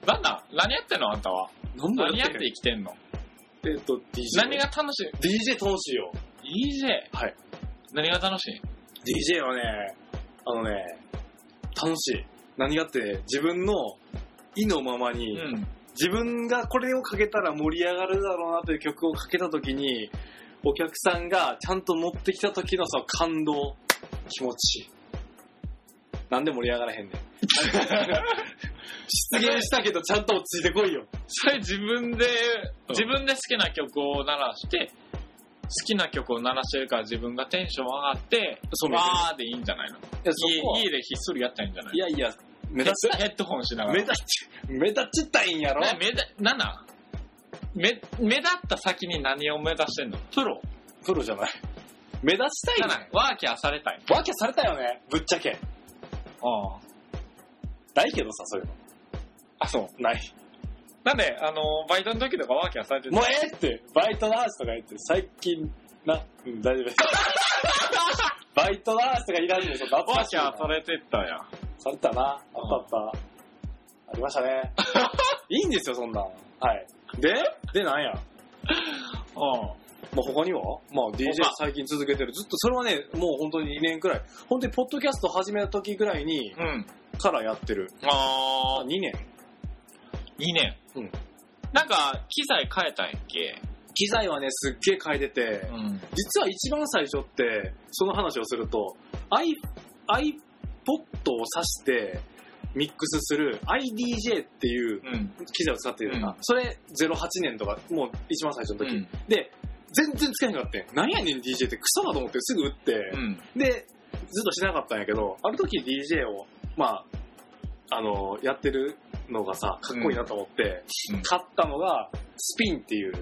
Speaker 2: なんだ何やってんのあんたは。
Speaker 1: 何も
Speaker 2: 何や
Speaker 1: や
Speaker 2: っ
Speaker 1: ってて
Speaker 2: 生きてんの
Speaker 1: えっと、DJ。
Speaker 2: 何が楽し
Speaker 1: DJ 楽しいよ。
Speaker 2: い ?DJ。
Speaker 1: はい。
Speaker 2: 何が楽しい
Speaker 1: DJ はね、あのね、楽しい。何がって、自分の意のまま
Speaker 2: う
Speaker 1: に、
Speaker 2: ん。
Speaker 1: 自分がこれをかけたら盛り上がるだろうなという曲をかけたときに、お客さんがちゃんと持ってきた時のその感動、気持ちいい。なんで盛り上がらへ
Speaker 2: <laughs>
Speaker 1: んねん。失言したけどちゃんと落ち着いてこいよ。
Speaker 2: それ自分で、
Speaker 1: うん
Speaker 2: 自分で好きな曲を鳴らして、好きな曲を鳴らしてるから自分がテンション上がって、
Speaker 1: そう
Speaker 2: わーでいいんじゃないの
Speaker 1: いや、
Speaker 2: 家家でひっそりやったらいいんじゃない
Speaker 1: いやいや、目立
Speaker 2: ヘッヘッドホンしな
Speaker 1: ち、
Speaker 2: が
Speaker 1: 目
Speaker 2: ら。
Speaker 1: 立ち、目立ちたいんやろ
Speaker 2: な目立なんなん目、目立った先に何を目指してんのプロ
Speaker 1: プロじゃない。目立ちた
Speaker 2: な
Speaker 1: い
Speaker 2: んん
Speaker 1: や
Speaker 2: なんワーキャーされたい。
Speaker 1: わけされたよね、ぶっちゃけ。
Speaker 2: ああ。
Speaker 1: ないけどさ、そういうの。
Speaker 2: あ、そう。
Speaker 1: ない。
Speaker 2: なんで、あの、バイトの時とかワーキャーされてた
Speaker 1: もうええって、バイトの話とか言って、最近、な、うん、大丈夫 <laughs> です。バイトの話とかいらんでしょ、懐
Speaker 2: ワ
Speaker 1: か
Speaker 2: ー
Speaker 1: しい
Speaker 2: キ
Speaker 1: な
Speaker 2: ャーされてたやん。
Speaker 1: されたな、あったあった。ありました <laughs> ね。いいんですよ、そんなん。はい。でで、なんや。
Speaker 2: うん。
Speaker 1: まあ、他にはまあ、DJ
Speaker 2: 他
Speaker 1: 最近続けてる。ずっと、それはね、もう本当に2年くらい。本当に、ポッドキャスト始めた時ぐらいに、
Speaker 2: うん。
Speaker 1: からやってる。
Speaker 2: あ
Speaker 1: 2年。
Speaker 2: ー、いいね。
Speaker 1: うん。
Speaker 2: なんか、機材変えたんやっけ
Speaker 1: 機材はね、すっげえ変えてて、
Speaker 2: ん。
Speaker 1: 実は一番最初って、その話をすると、i、iPod を挿して、ミックスする iDJ っていう
Speaker 2: うん。
Speaker 1: 機材を使ってるよな、
Speaker 2: うん
Speaker 1: それ08年とか、もう一番最初の時。で、全然使えなかったんや何やねん DJ ってクソだと思ってすぐ打って、
Speaker 2: うん。
Speaker 1: で、ずっとしなかったんやけど、ある時 DJ を、まあ、あの、やってるのがさ、かっこいいなと思って、
Speaker 2: うん
Speaker 1: 買ったのが、スピンっていう、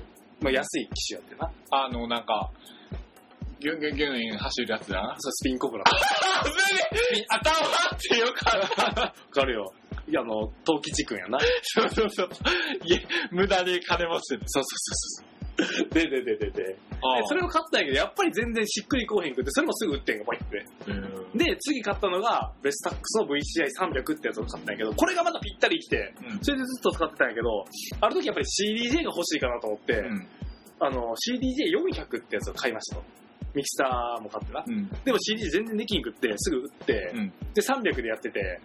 Speaker 1: まあ安い機種やってな。
Speaker 2: あの、なんか、ギュンギュンギュン走るやつ <laughs> だな。
Speaker 1: そう、スピンコブラ。
Speaker 2: あ、ぶね頭ってよかった。
Speaker 1: わかるよ。いや、あの、東吉君やな。そう
Speaker 2: そうそうそう。いえ、無駄に金持ちてる。
Speaker 1: そうそうそう。で、で、で、で、で。で
Speaker 2: あ
Speaker 1: それを買ったんやけど、やっぱり全然しっくりこうへんくって、それもすぐ売ってんが、ポイって。
Speaker 2: うん。
Speaker 1: で、次買ったのが、ベスタックスの VCI300 ってやつを買ったんやけど、これがまたぴったりきて、それでずっと使ってたんやけど、ある時やっぱり CDJ が欲しいかなと思って、
Speaker 2: うん。
Speaker 1: あの、CDJ400 ってやつを買いましたと。ミキサーも買ってな。
Speaker 2: うん。
Speaker 1: でも CD 全然できんくって、すぐ売って、
Speaker 2: うん
Speaker 1: で、300でやってて、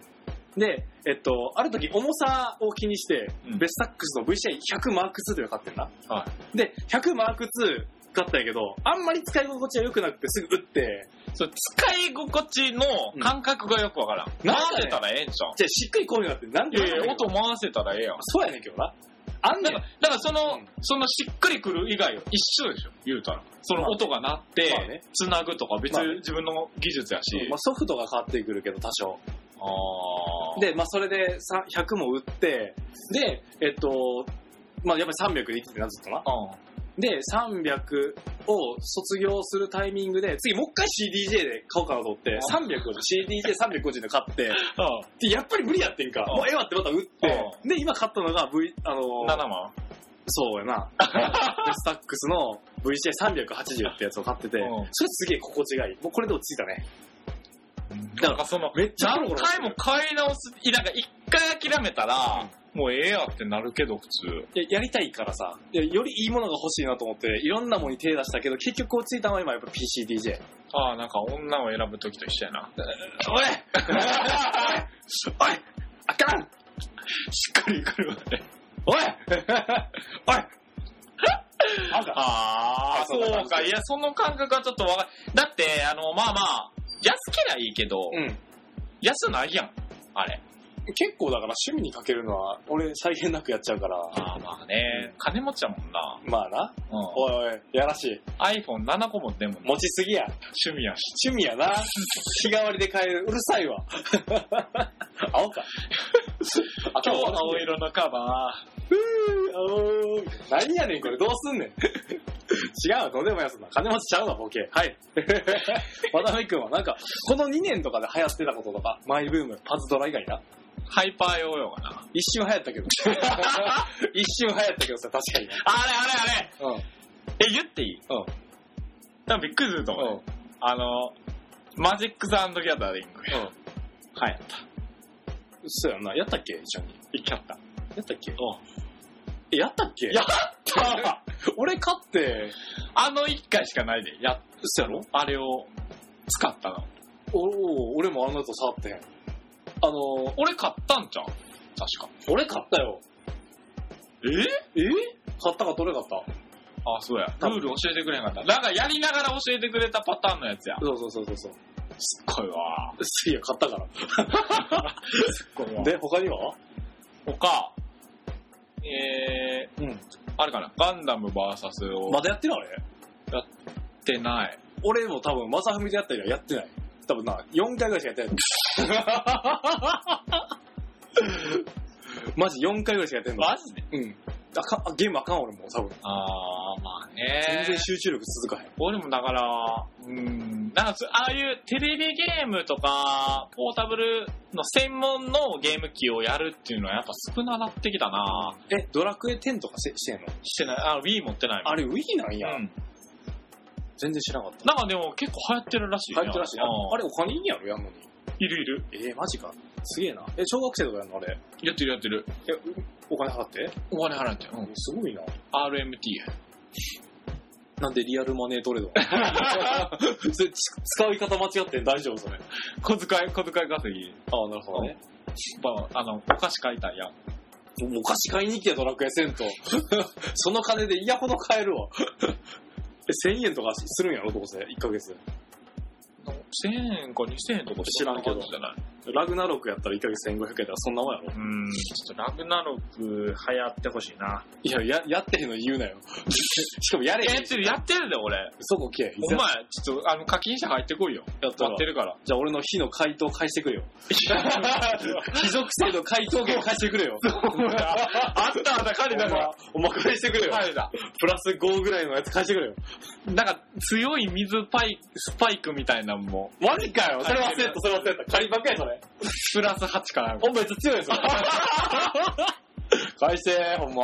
Speaker 1: で、えっと、ある時重さを気にして、
Speaker 2: うん
Speaker 1: ベスタックスの VCI100 マーク2で買ってんな。
Speaker 2: は
Speaker 1: で、100マーク2使ったんやけど、あんまり使い心地が良くなくてすぐ打って、
Speaker 2: そう使い心地の感覚がよくわからん。
Speaker 1: な
Speaker 2: 回
Speaker 1: んかね
Speaker 2: せたらええんちゃう
Speaker 1: じゃあしっくりこうになって、なん
Speaker 2: い
Speaker 1: で
Speaker 2: やいや、音回せたらええやん。
Speaker 1: そうやねんけどな。あん
Speaker 2: だ
Speaker 1: ねん
Speaker 2: から、。だからその、
Speaker 1: うん
Speaker 2: そのしっくりくる以外は一緒でしょ、言うたら。その音が鳴って、
Speaker 1: まあね
Speaker 2: つなぐとか別
Speaker 1: まあね
Speaker 2: に自分の技術やし。
Speaker 1: まあ、ソフトが変わってくるけど、多少。
Speaker 2: あー
Speaker 1: で、まあ、それでさ100も打って、で、えっと、まあ、やっぱり300でいっててな、ずっとな。
Speaker 2: うん。
Speaker 1: で、300を卒業するタイミングで、次もう一回 CDJ で買おうかなと思って、300を CDJ350 で買って、で、やっぱり無理やってんか。
Speaker 2: うん
Speaker 1: もうええわってまた打って、で、今買ったのが V、あの
Speaker 2: うん。
Speaker 1: ー、
Speaker 2: 7万
Speaker 1: そう
Speaker 2: <laughs>
Speaker 1: やな。スタックスの VCA380 ってやつを買ってて、
Speaker 2: うん
Speaker 1: それすげえ心地がいい。もうこれで落ち着いたね。だから
Speaker 2: なんかその、
Speaker 1: めっちゃコロ
Speaker 2: 何
Speaker 1: コロ
Speaker 2: 回も買い直す、いなんか一回諦めたら、もうええやってなるけど、普通。
Speaker 1: いややりたいからさ、いやよりいいものが欲しいなと思って、いろんなものに手出したけど、結局落ち着いたのは今やっぱ PCDJ。
Speaker 2: ああ、なんか女を選ぶときと一緒やな。
Speaker 1: お <laughs> いおいあかん
Speaker 2: しっくりくるわ <laughs> ね。
Speaker 1: おいおいあかん
Speaker 2: ああ、
Speaker 1: そんな
Speaker 2: そう
Speaker 1: 感じ
Speaker 2: か。いや、その感覚はちょっとわかんだって、あの、まあまあ、安けりゃいいけど、
Speaker 1: うん。
Speaker 2: 安ないやん、あれ。
Speaker 1: 結構だから趣味にかけるのは、俺、際限なくやっちゃうから。
Speaker 2: ああ、まあね、金持ちやもんな。
Speaker 1: まあな。
Speaker 2: うん。
Speaker 1: おいおい、やらしい。
Speaker 2: iPhone7 個持ってんもんな
Speaker 1: 持ちすぎや。
Speaker 2: 趣味やし。
Speaker 1: 趣味やな。日替わりで買える。うるさい <laughs> わ。青か。
Speaker 2: 今日は青色のカバ
Speaker 1: ふー青何やねん、これ。どうすんねん。違うわ、どうでもやすな。金持ちちゃうわ、ボケ。はい。 <laughs> 渡辺くんは、なんか、この2年とかで流行ってたこととか、マイブーム、パズドラ以外な。
Speaker 2: ー。ハイパー用よかな。
Speaker 1: 一瞬流行ったけ
Speaker 2: <laughs>
Speaker 1: ど。一瞬流行ったけどさ、確かにな。
Speaker 2: あれあれあれ
Speaker 1: うん。
Speaker 2: え、言っていい
Speaker 1: うん。
Speaker 2: 多分びっくりすると思う。
Speaker 1: うん。
Speaker 2: あの、マジックザギャザリング。
Speaker 1: うん。
Speaker 2: はい。
Speaker 1: そうやんな。やったっけ一緒に。
Speaker 2: いっちゃった。
Speaker 1: やったっけ
Speaker 2: お
Speaker 1: えやったっけ
Speaker 2: やった
Speaker 1: <laughs> 俺勝って、
Speaker 2: あの一回しかないで、や、
Speaker 1: そうやろ
Speaker 2: あれを使ったの。
Speaker 1: おお俺もあの後触ってへん。あのー、
Speaker 2: 俺買ったんじゃん確か。
Speaker 1: 俺買ったよ。
Speaker 2: え
Speaker 1: え買ったか取れ買った
Speaker 2: あ、そうや。ルール教えてくれへんかった。なんかやりながら教えてくれたパターンのやつや。
Speaker 1: そうそうそうそうそう。
Speaker 2: すっごいわ。
Speaker 1: いや、買ったから。
Speaker 2: <laughs> すっごいで、
Speaker 1: で、他には
Speaker 2: 他、え
Speaker 1: うん。
Speaker 2: ー、あれかな、ガンダム VS を
Speaker 1: まだやってないあれ
Speaker 2: ってない。
Speaker 1: 俺も多分、まさふみでやったりはやってない。多分な、4回ぐらいしかやってない。 <laughs> マジ4回ぐらいしかやってんの。
Speaker 2: マジで
Speaker 1: うん。あかんあ、ゲームあかん俺も、多分。
Speaker 2: あー、まあね。
Speaker 1: 全然集中力続かへん。
Speaker 2: 俺もだから、うん、なんかそ、ああいうテレビゲームとか、ポータブルの専門のゲーム機をやるっていうのはやっぱ少ななってきたな
Speaker 1: え、ドラクエ10とかせしてんの
Speaker 2: してない、あ、Wii 持ってないもん
Speaker 1: あれ Wii なんや。
Speaker 2: うん。
Speaker 1: 全然知らなかった。
Speaker 2: なんかでも結構流行ってるらしい
Speaker 1: 入ってらしいな。あ
Speaker 2: あれ
Speaker 1: れお金いいんやろ、やんのに。
Speaker 2: いるいる。
Speaker 1: えー、マジか。すげえな。え、小学生とかやんのあれ。
Speaker 2: やってるやってる。
Speaker 1: え、うお金払って
Speaker 2: お金払って。うん。
Speaker 1: すごいな。
Speaker 2: RMT や。
Speaker 1: なんでリアルマネートレ
Speaker 2: <laughs>
Speaker 1: ード <laughs> なのそれつ使い方間違ってん大丈夫それ。
Speaker 2: 小遣い、小遣い稼ぎ。
Speaker 1: ああ、なるほどね。
Speaker 2: まあ、あの、お菓子買いたいやん。
Speaker 1: お菓子買いに行きやドラクエ1000と。 <laughs> その金で嫌ほど買えるわ。 <laughs> え、1000円とかするんやろ、どうせ。1ヶ月。
Speaker 2: 1000円か2000円とか
Speaker 1: 知らんけど
Speaker 2: じゃない
Speaker 1: ラグナロクやったら1ヶ月1500円だからそんなもんやろ。
Speaker 2: うん、ちょっとラグナロク流行ってほしいな。
Speaker 1: いや、や、やってへんのに言うなよ。 <laughs> しかもやれへん。
Speaker 2: やってる、やってるで俺。
Speaker 1: そこけ。
Speaker 2: お前、ちょっと、あの、課金者入ってこいよ。
Speaker 1: やった
Speaker 2: 買
Speaker 1: ら
Speaker 2: って。る <laughs> から。
Speaker 1: じゃあ俺の火の回答返してくれよ。 <laughs> 非属性の回答権返してくれよ。
Speaker 2: あったあった、彼だから。
Speaker 1: お前返してくれよ。
Speaker 2: 彼だ。
Speaker 1: プラス5ぐらいのやつ返してくれよ。
Speaker 2: なんか、強い水パイ、スパイクみたいなのも、
Speaker 1: マジかよ。それ忘れた、それ忘れた。仮ばっかや、それ。
Speaker 2: プラス8かなんか。
Speaker 1: お前めっちゃ強い <laughs> よ、それ。返して、ほんま。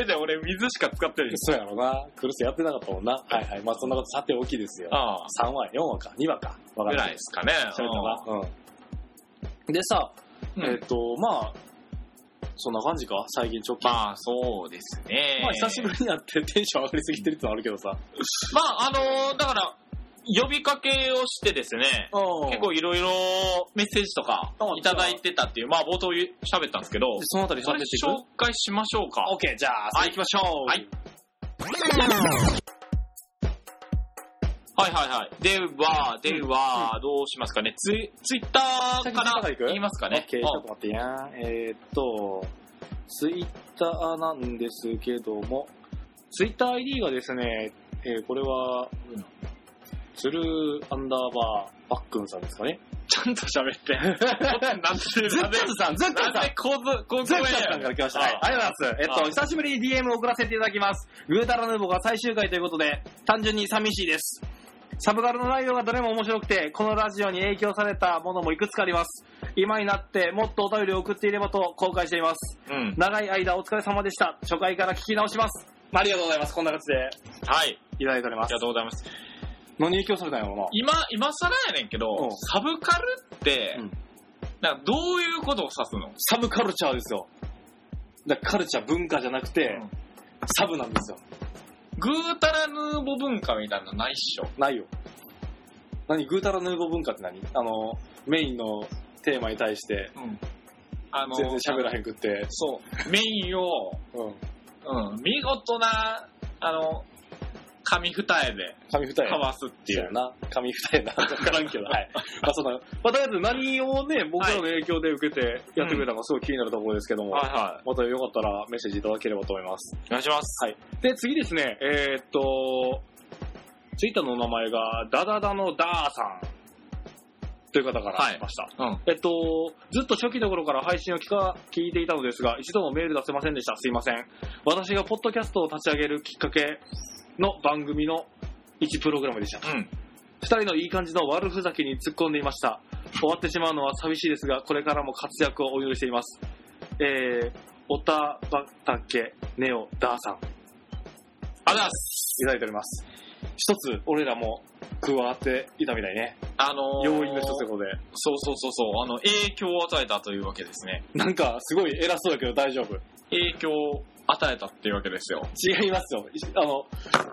Speaker 2: え、で、俺水しか使ってるよ。
Speaker 1: そうやろな。クルスやってなかったもんな。はいはい。まあそんなことさて大きいですよ。
Speaker 2: ああ、
Speaker 1: 3話、4話か、2話か。わ
Speaker 2: ぐ
Speaker 1: から
Speaker 2: い
Speaker 1: ん
Speaker 2: で
Speaker 1: け
Speaker 2: すかね。
Speaker 1: ど。喋ったな。うん。でさ、
Speaker 2: うん
Speaker 1: えっと、まあ、そんな感じか最近直近。
Speaker 2: まあ、そうですね。
Speaker 1: まあ久しぶりに会ってテンション上がりすぎてるってのはあるけどさ。
Speaker 2: まあ、あのーだから、呼びかけをしてですね、結
Speaker 1: 結
Speaker 2: 構いろいろメッセージとかいただいてたっていう、まあ冒頭言う喋ったんですけど、
Speaker 1: そのあたり
Speaker 2: それ
Speaker 1: 喋っていく
Speaker 2: 紹介しましょうか。
Speaker 1: オッケー、じゃあ、
Speaker 2: はい
Speaker 1: 行きましょう。
Speaker 2: はい。はいはいはい。では、では、どうしますかね。ツイツイッターか
Speaker 1: 先
Speaker 2: ら
Speaker 1: に行く
Speaker 2: 言いますか
Speaker 1: ね
Speaker 2: ね。、
Speaker 1: ち
Speaker 2: うん
Speaker 1: ょっと待ってや。えーっと、ツイッターなんですけども、ツイッター ID がですね、えーこれは、つるアンダーバーバックンさんですかね。
Speaker 2: ちゃんと喋って。 <laughs> なんで、
Speaker 1: <laughs> ずっ
Speaker 2: なん
Speaker 1: と
Speaker 2: で、
Speaker 1: さん、ずっと
Speaker 2: なん
Speaker 1: さん
Speaker 2: で。こず、こず
Speaker 1: ゼッタさんから来ました。はい、ありがとうございます。えっと、久しぶりに DM を送らせていただきます。グータラヌーボが最終回ということで、単純に寂しいです。サブカルの内容がどれも面白くて、このラジオに影響されたものもいくつかあります。今になってもっとお便りを送っていればと後悔しています。
Speaker 2: うん。
Speaker 1: 長い間お疲れ様でした。初回から聞き直します。ありがとうございます。こんな形で
Speaker 2: はい。
Speaker 1: いただいており
Speaker 2: あ
Speaker 1: ま
Speaker 2: りがとうございます。
Speaker 1: 何に影響されたんやろうな。
Speaker 2: 今、今更やねんけ
Speaker 1: う
Speaker 2: ど
Speaker 1: ん、
Speaker 2: サブカルって、
Speaker 1: うん
Speaker 2: なんかどういうことを指すの
Speaker 1: サブカルチャーですよ。だからカルチャー、文化じゃなくて
Speaker 2: うん
Speaker 1: サブなんですよ。
Speaker 2: グータラヌーボ文化みたいなのないっしょ。
Speaker 1: ないよ。何グータラヌーボー文化って何あの、メインのテーマに対して
Speaker 2: うん。あの、
Speaker 1: 全然喋らへんくって。
Speaker 2: そう、メインを、
Speaker 1: うん。
Speaker 2: うん、見事な、あの、紙二重で
Speaker 1: 紙二重。
Speaker 2: かわすってい
Speaker 1: そう
Speaker 2: う
Speaker 1: や。な。紙二重な。 <laughs> わからんけど。はい。まあその、まあとりあえず何をね、僕らの影響で受けてやってくれたのがすごい気になるところですけども。
Speaker 2: はいは
Speaker 1: またよかったらメッセージいただければと思います。
Speaker 2: い。お願いします。
Speaker 1: はい。で、次ですね、えーっと、ツイッターのお名前が、ダダダのダーさんという方から来ました。
Speaker 2: うん。
Speaker 1: えっと、ずっと初期の頃から配信を聞か聞いていたのですが、一度もメール出せませんでした。すいません。私がポッドキャストを立ち上げるきっかけの番組の1プログラムでした。
Speaker 2: うん。
Speaker 1: 二人のいい感じの悪ふざけに突っ込んでいました。終わってしまうのは寂しいですが、これからも活躍をお許しています。えー、おたばたけネオダーさん、い
Speaker 2: あざっす。
Speaker 1: ただいております。一つ、俺らも加わっていたみたいね。
Speaker 2: あのー
Speaker 1: 要因の一つということで。
Speaker 2: そうそうそうそう、あの、影響を与えたというわけですね。
Speaker 1: なんか、すごい偉そうだけど大丈夫。
Speaker 2: 影響を与えたっていうわけですよ。
Speaker 1: 違いますよ。いあの、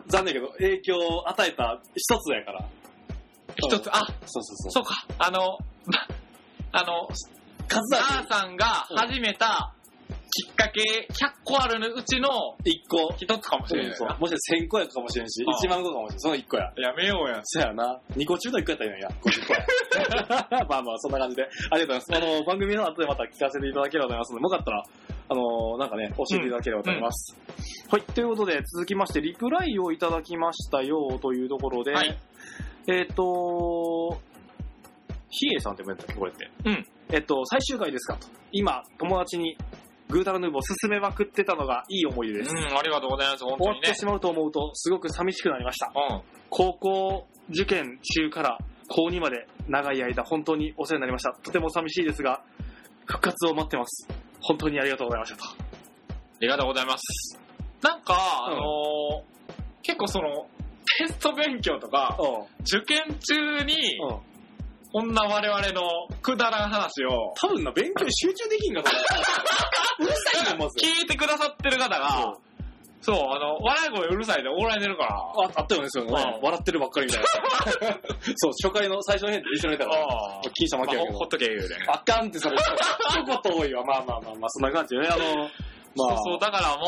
Speaker 1: 残念やけど、影響を与えた一つやから。
Speaker 2: 一つ、あ、
Speaker 1: そうそうそう。
Speaker 2: そうか、あの、 <laughs> まあの、
Speaker 1: 数だ
Speaker 2: ダーさんが始めたきっかけ100個あるうちの
Speaker 1: け一個。
Speaker 2: 一つかもしれない
Speaker 1: そう
Speaker 2: な。
Speaker 1: もしかして1000個やかもしれんし、
Speaker 2: ああ
Speaker 1: 1万個かもしれん。その1個や。
Speaker 2: やめようや。
Speaker 1: そやな。2個中の1個やったらいい <laughs> のにな。50個や。まあまあ、そんな感じで。ありがとうございます。あの、番組の後でまた聞かせていただければと思いますので、よかったら、あの、なんかね、教えていただければと思います。はい。ということで、続きまして、リプライをいただきましたよというところで、
Speaker 2: はい。
Speaker 1: えっ、と、ひえさんって呼ばれたっけこれって。
Speaker 2: うん。
Speaker 1: えっと、最終回ですかと。今、友達にグータラヌーボー勧めまくってたのがいい思い出
Speaker 2: う
Speaker 1: です。
Speaker 2: ん、ありがとうございます、本
Speaker 1: 終
Speaker 2: 当
Speaker 1: わ
Speaker 2: に
Speaker 1: って
Speaker 2: ね。
Speaker 1: しまうと思うと、すごく寂しくなりました。
Speaker 2: うん。
Speaker 1: 高校受験中から高2まで長い間本当にお世話になりました。とても寂しいですが、復活を待ってます。本当にありがとうございましたと。
Speaker 2: ありがとうございます。なんか、あのー結構その、テスト勉強とか、受験中に、
Speaker 1: うん。うん。
Speaker 2: こんな我々のくだらん話を、
Speaker 1: 多分な、勉強に集中できん <laughs> かと思う。うるさいな、まず。
Speaker 2: 聞いてくださってる方が、そう、あの、笑い声うるさいでおられてるから、
Speaker 1: ああったよね、そういうのね
Speaker 2: うん
Speaker 1: 笑ってるばっかりみ <laughs> たいな。そう、初回の最初の辺で一緒にいたから。
Speaker 2: あー
Speaker 1: 聞いたま
Speaker 2: ま
Speaker 1: け
Speaker 2: あ、
Speaker 1: やけ
Speaker 2: ほ
Speaker 1: ど
Speaker 2: ほっとけ言うで。
Speaker 1: あかんってそれ、一言多いわ。まあまあまあまあ、そんな感じよね。あの、まあ、
Speaker 2: そうそう、だからも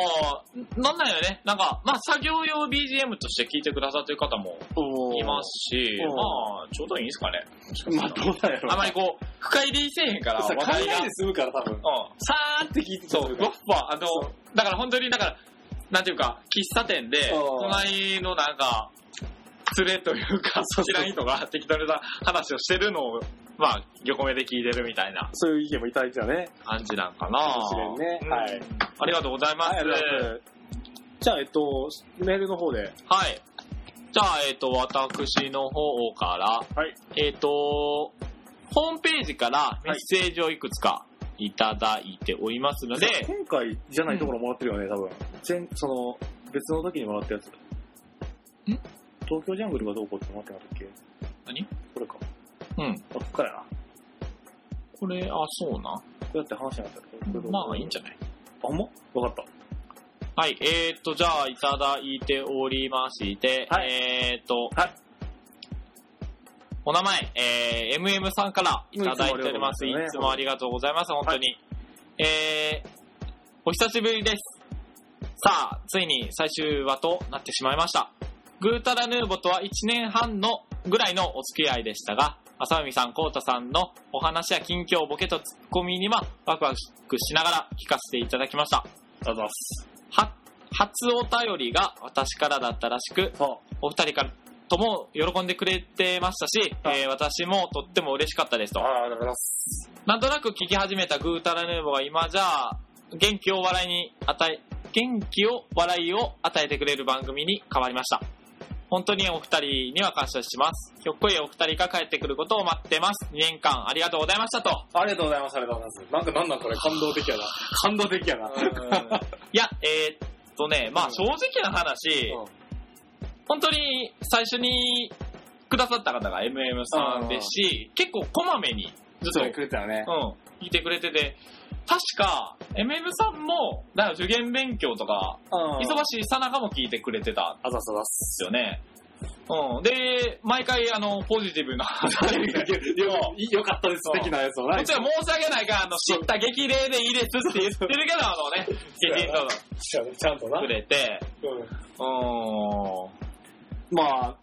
Speaker 2: う、なんなんよね。なんか、まあ、作業用 BGM として聞いてくださってる方も
Speaker 1: おー
Speaker 2: いますし、
Speaker 1: おー
Speaker 2: まあ、ちょうどいいんですかね。
Speaker 1: まあ、どうなんやろ
Speaker 2: あまりこう、深入りせえへんから、
Speaker 1: さ、
Speaker 2: 話
Speaker 1: 考
Speaker 2: 題が。
Speaker 1: え
Speaker 2: う
Speaker 1: で
Speaker 2: ん。
Speaker 1: 済むから多分。
Speaker 2: さーって
Speaker 1: って聞いてた
Speaker 2: そう、ゴッホは、あの
Speaker 1: そ、
Speaker 2: だから本当に、だから、なんていうか、喫茶店で、
Speaker 1: うん
Speaker 2: 隣のなんか、連れというか、
Speaker 1: そうそう
Speaker 2: 知らん人が適当な話をしてるのを、まあ、横目で聞いてるみたいな
Speaker 1: そういう意見もいただいてたね。
Speaker 2: 感じなんかな
Speaker 1: かもしれんね
Speaker 2: うん
Speaker 1: はい
Speaker 2: ありがとうございます。
Speaker 1: はい、ありがとうございます。じゃあ、えっと、メールの方で。
Speaker 2: はい。じゃあ、えっ、と、私の方から、
Speaker 1: はい。
Speaker 2: えっ、と、ホームページからメッセージをいくつかいただいておりますので、
Speaker 1: 今回じゃないところもらってるよね、多分。全、その、別の時にもらったやつ。
Speaker 2: ん
Speaker 1: 東京ジャングルがどうこうってもらってなかったっけ
Speaker 2: 何
Speaker 1: これか。
Speaker 2: うん。
Speaker 1: あ、こっからやな。
Speaker 2: これ、あ、そうな。
Speaker 1: こうやって話しなかったら。
Speaker 2: まあ、いいんじ
Speaker 1: ゃ
Speaker 2: ゃない
Speaker 1: あ、ほんまわかっ
Speaker 2: はい。えっ、と、じゃあ、いただいておりまして、
Speaker 1: はい
Speaker 2: えっ、と、
Speaker 1: はい
Speaker 2: お名前、えー、MM さんからいただいております。
Speaker 1: い
Speaker 2: い
Speaker 1: つ
Speaker 2: つ
Speaker 1: も
Speaker 2: も
Speaker 1: あ
Speaker 2: あ
Speaker 1: り
Speaker 2: りがとうございます、本当に。えー、お久しぶりです。さあ、ついに最終話となってしまいました。グータラヌーボとは1年半のぐらいのお付き合いでしたが、浅海さん、コウタさんのお話や近況、ボケとツッコミにはワクワクしながら聞かせていただきました。
Speaker 1: ありがとうございます。
Speaker 2: は初お便りが私からだったらしく、
Speaker 1: は
Speaker 2: お二人からとも喜んでくれてましたし、
Speaker 1: はい
Speaker 2: えー私もとっても嬉しかったですと。
Speaker 1: あ、ありがとうございます。
Speaker 2: なんとなく聞き始めたグータラヌーボが今じゃあ、元気を笑いに与え、元気を笑いを与えてくれる番組に変わりました。本当にお二人には感謝します。ひょっこいお二人が帰ってくることを待ってます。2年間ありがとうございました
Speaker 1: <laughs>
Speaker 2: と。
Speaker 1: ありがとうございます、ありがとうございます。なんかなんなんこれ、感動的やな。 <laughs> 感動的やな。
Speaker 2: いや、えーっとね、ま
Speaker 1: う
Speaker 2: あ
Speaker 1: ん
Speaker 2: 正直な話、
Speaker 1: うん
Speaker 2: 本当に最初にくださった方が MM さんですし、結構こまめにずっと
Speaker 1: ずっとくれたよね。
Speaker 2: うん、聞いてくれてて、確か、MM さんも、だから受験勉強とか、
Speaker 1: 忙
Speaker 2: 忙しいさなかも聞いてくれてたんで
Speaker 1: あざさざっす。
Speaker 2: すよね。うん。で、毎回、あの、ポジティブな
Speaker 1: <laughs> よよかったです、
Speaker 2: うん
Speaker 1: 的なやつをな
Speaker 2: もちろん申し訳ないから、あの、知った激励でいいですって言ってるけど、あのね、激励そうそ
Speaker 1: ちゃんとな
Speaker 2: うく。れて、
Speaker 1: うん
Speaker 2: うん、感
Speaker 1: まあ、